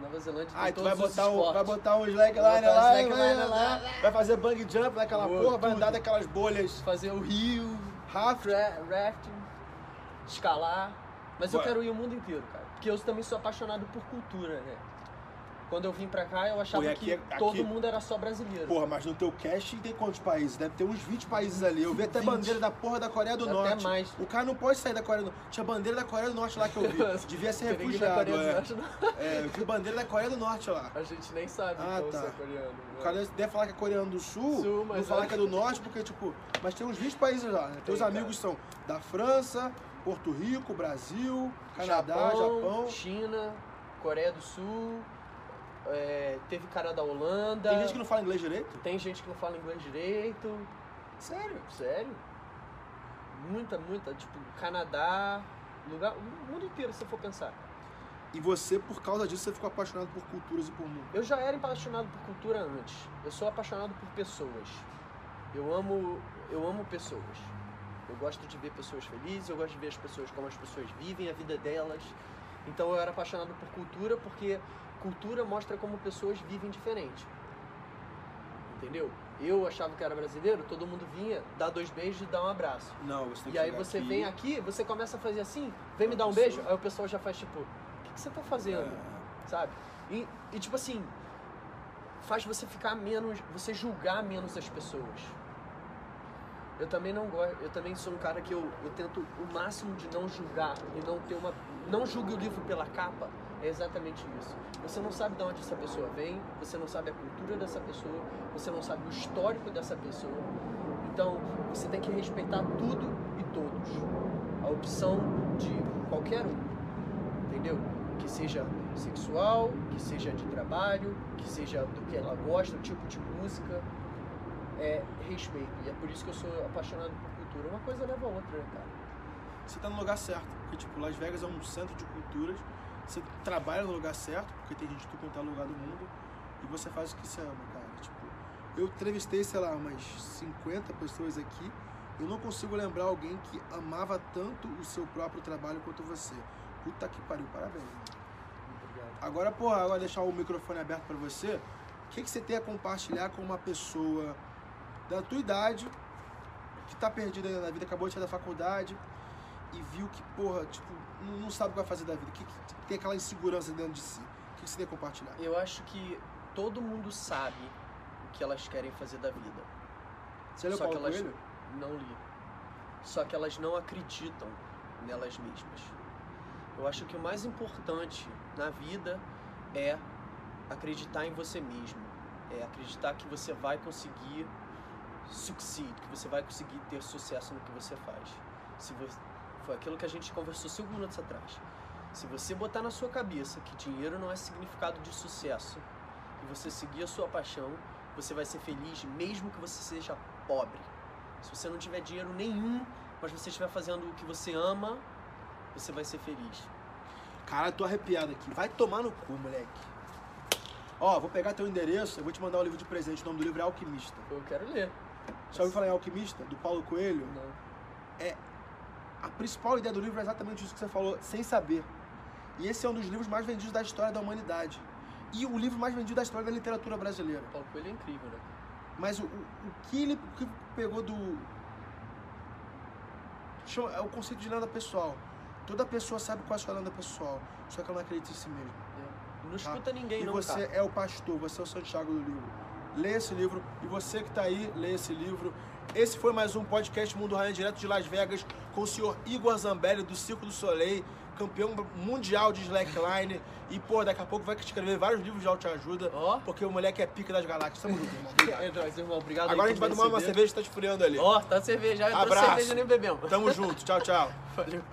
Nova Zelândia tem
Ah, tu
todos
vai
os
botar, um,
esportes.
vai botar um slackline lá,
Vou botar um
vai,
slackline
vai,
lá.
vai, vai fazer bang jump naquela
Vou
porra, vai
tudo.
andar daquelas bolhas.
Fazer o rio,
Raft,
ra- rafting, escalar. Mas eu
Ué.
quero ir o mundo inteiro, cara. Porque eu também sou apaixonado por cultura, né? Quando eu vim pra cá, eu achava
Pô, e aqui
que
é- aqui-
todo mundo era só brasileiro.
Porra, mas no teu cast tem quantos países? Deve ter uns 20 países ali. Eu vi até
20.
bandeira da porra da Coreia do
Até
Norte.
mais.
O cara não pode sair da Coreia do Norte. Tinha bandeira da Coreia do Norte lá que eu vi.
*laughs*
Devia ser
Tem ninguém
refugiado,
da Coreia do
é.
Norte, não.
É, eu vi bandeira da Coreia do Norte lá.
A gente nem sabe
Ah,
então
tá.
se é coreano. né?
O cara deve falar que é coreano do sul,
Sul,
não
mas
falar
é.
que é do norte, porque, tipo, mas tem uns 20 países lá, né? Teus
Tem,
amigos são da França, Porto Rico, Brasil, Canadá,
Japão,
Japão.
China, Coreia do Sul, é, teve cara da Holanda.
Tem gente que não fala inglês direito?
Tem gente que não fala inglês direito.
Sério?
Sério? Muita, muita. Tipo, Canadá, lugar. O mundo inteiro, se você for pensar.
E você, por causa disso, você ficou apaixonado por culturas e por mundo.
Eu já era apaixonado por cultura antes. Eu sou apaixonado por pessoas. Eu amo, eu amo pessoas. Eu gosto de ver pessoas felizes, eu gosto de ver as pessoas como as pessoas vivem a vida delas. Então eu era apaixonado por cultura porque cultura mostra como pessoas vivem diferente. Entendeu? Eu achava que era brasileiro, todo mundo vinha, dá dois beijos e dá um abraço.
Não, você tem que
E aí
chegar
você
aqui.
vem aqui, você começa a fazer assim, vem me
Uma
dar um
pessoa.
beijo, aí o pessoal já faz tipo, o que, que você tá fazendo?
É,
sabe? E, e, tipo assim, faz você ficar menos, você julgar menos as pessoas. Eu também não gosto, eu também sou um cara que eu, eu tento o máximo de não julgar e não ter uma. Não julgue o livro pela capa, é exatamente isso. Você não sabe de onde essa pessoa vem, você não sabe a cultura dessa pessoa, você não sabe o histórico dessa pessoa. Então, você tem que respeitar tudo e todos. A opção de qualquer um entendeu? Que seja sexual, que seja de trabalho, que seja do que ela gosta, o tipo de música. É respeito. E é por isso que eu sou apaixonado por cultura. Uma coisa leva a outra, né, cara?
Você tá no lugar certo, porque, tipo, Las Vegas é um centro de culturas. Você trabalha no lugar certo, porque tem gente de tudo quanto é lugar do mundo. E você faz o que você ama, cara. Tipo, eu entrevistei, sei lá, umas 50 pessoas aqui. Eu não consigo lembrar alguém que amava tanto o seu próprio trabalho quanto você. Puta que pariu, parabéns. mano.
Obrigado.
Agora, porra, agora deixar o microfone aberto pra você. O que, que você tem a compartilhar com uma pessoa da tua idade, que tá perdida ainda na vida, acabou de sair da faculdade e viu que, porra, tipo, não, não sabe o que vai fazer da vida, que, que tem aquela insegurança dentro de si. O que, que você tem a compartilhar?
Eu acho que todo mundo sabe o que elas querem fazer da vida.
Você leu
Só
Paulo
que elas-
Coelho?
Não li. Só que elas não acreditam nelas mesmas. Eu acho que o mais importante na vida é acreditar em você mesmo. É acreditar que você vai conseguir succeed, que você vai conseguir ter sucesso no que você faz. Se você... Foi aquilo que a gente conversou cinco minutos atrás. Se você botar na sua cabeça que dinheiro não é significado de sucesso e você seguir a sua paixão, você vai ser feliz mesmo que você seja pobre. Se você não tiver dinheiro nenhum, mas você estiver fazendo o que você ama, você vai ser feliz.
Cara, tô arrepiado aqui. Vai tomar no cu, moleque. Ó, vou pegar teu endereço, eu vou te mandar o livro de presente. O nome do livro é Alquimista.
Eu quero ler.
Já ouviu falar em Alquimista, do Paulo Coelho?
Não.
A principal ideia do livro é exatamente isso que você falou, sem saber. E esse é um dos livros mais vendidos da história da humanidade. E o livro mais vendido da história da literatura brasileira.
O Paulo Coelho é incrível, né?
Mas o, o, o que ele o que pegou do. chama- É o conceito de nada pessoal. Toda pessoa sabe qual é a sua nada pessoal, só que ela não acredita em si mesma.
Não escuta ninguém,
Ah, E
não, tá?
você
cara.
é o pastor, você é o Santiago do livro. Lê esse livro e você que tá aí, lê esse livro. Esse foi mais um podcast Mundo Rainha direto de Las Vegas com o senhor Igor Zambelli do Circo do Soleil, campeão mundial de slackline. E, pô, daqui a pouco vai escrever vários livros de autoajuda,
Ó.
porque o moleque é pica das galáxias. Tamo junto, irmão. Obrigado.
É nóis, irmão. *laughs* Obrigado
Agora a
aí
gente
por
vai tomar
me
uma
receber.
cerveja que tá esfriando ali.
Ó, tá cerveja. Eu trouxe
Abraço.
cerveja e nem bebemos. *laughs*
Tamo junto. Tchau, tchau.
Valeu.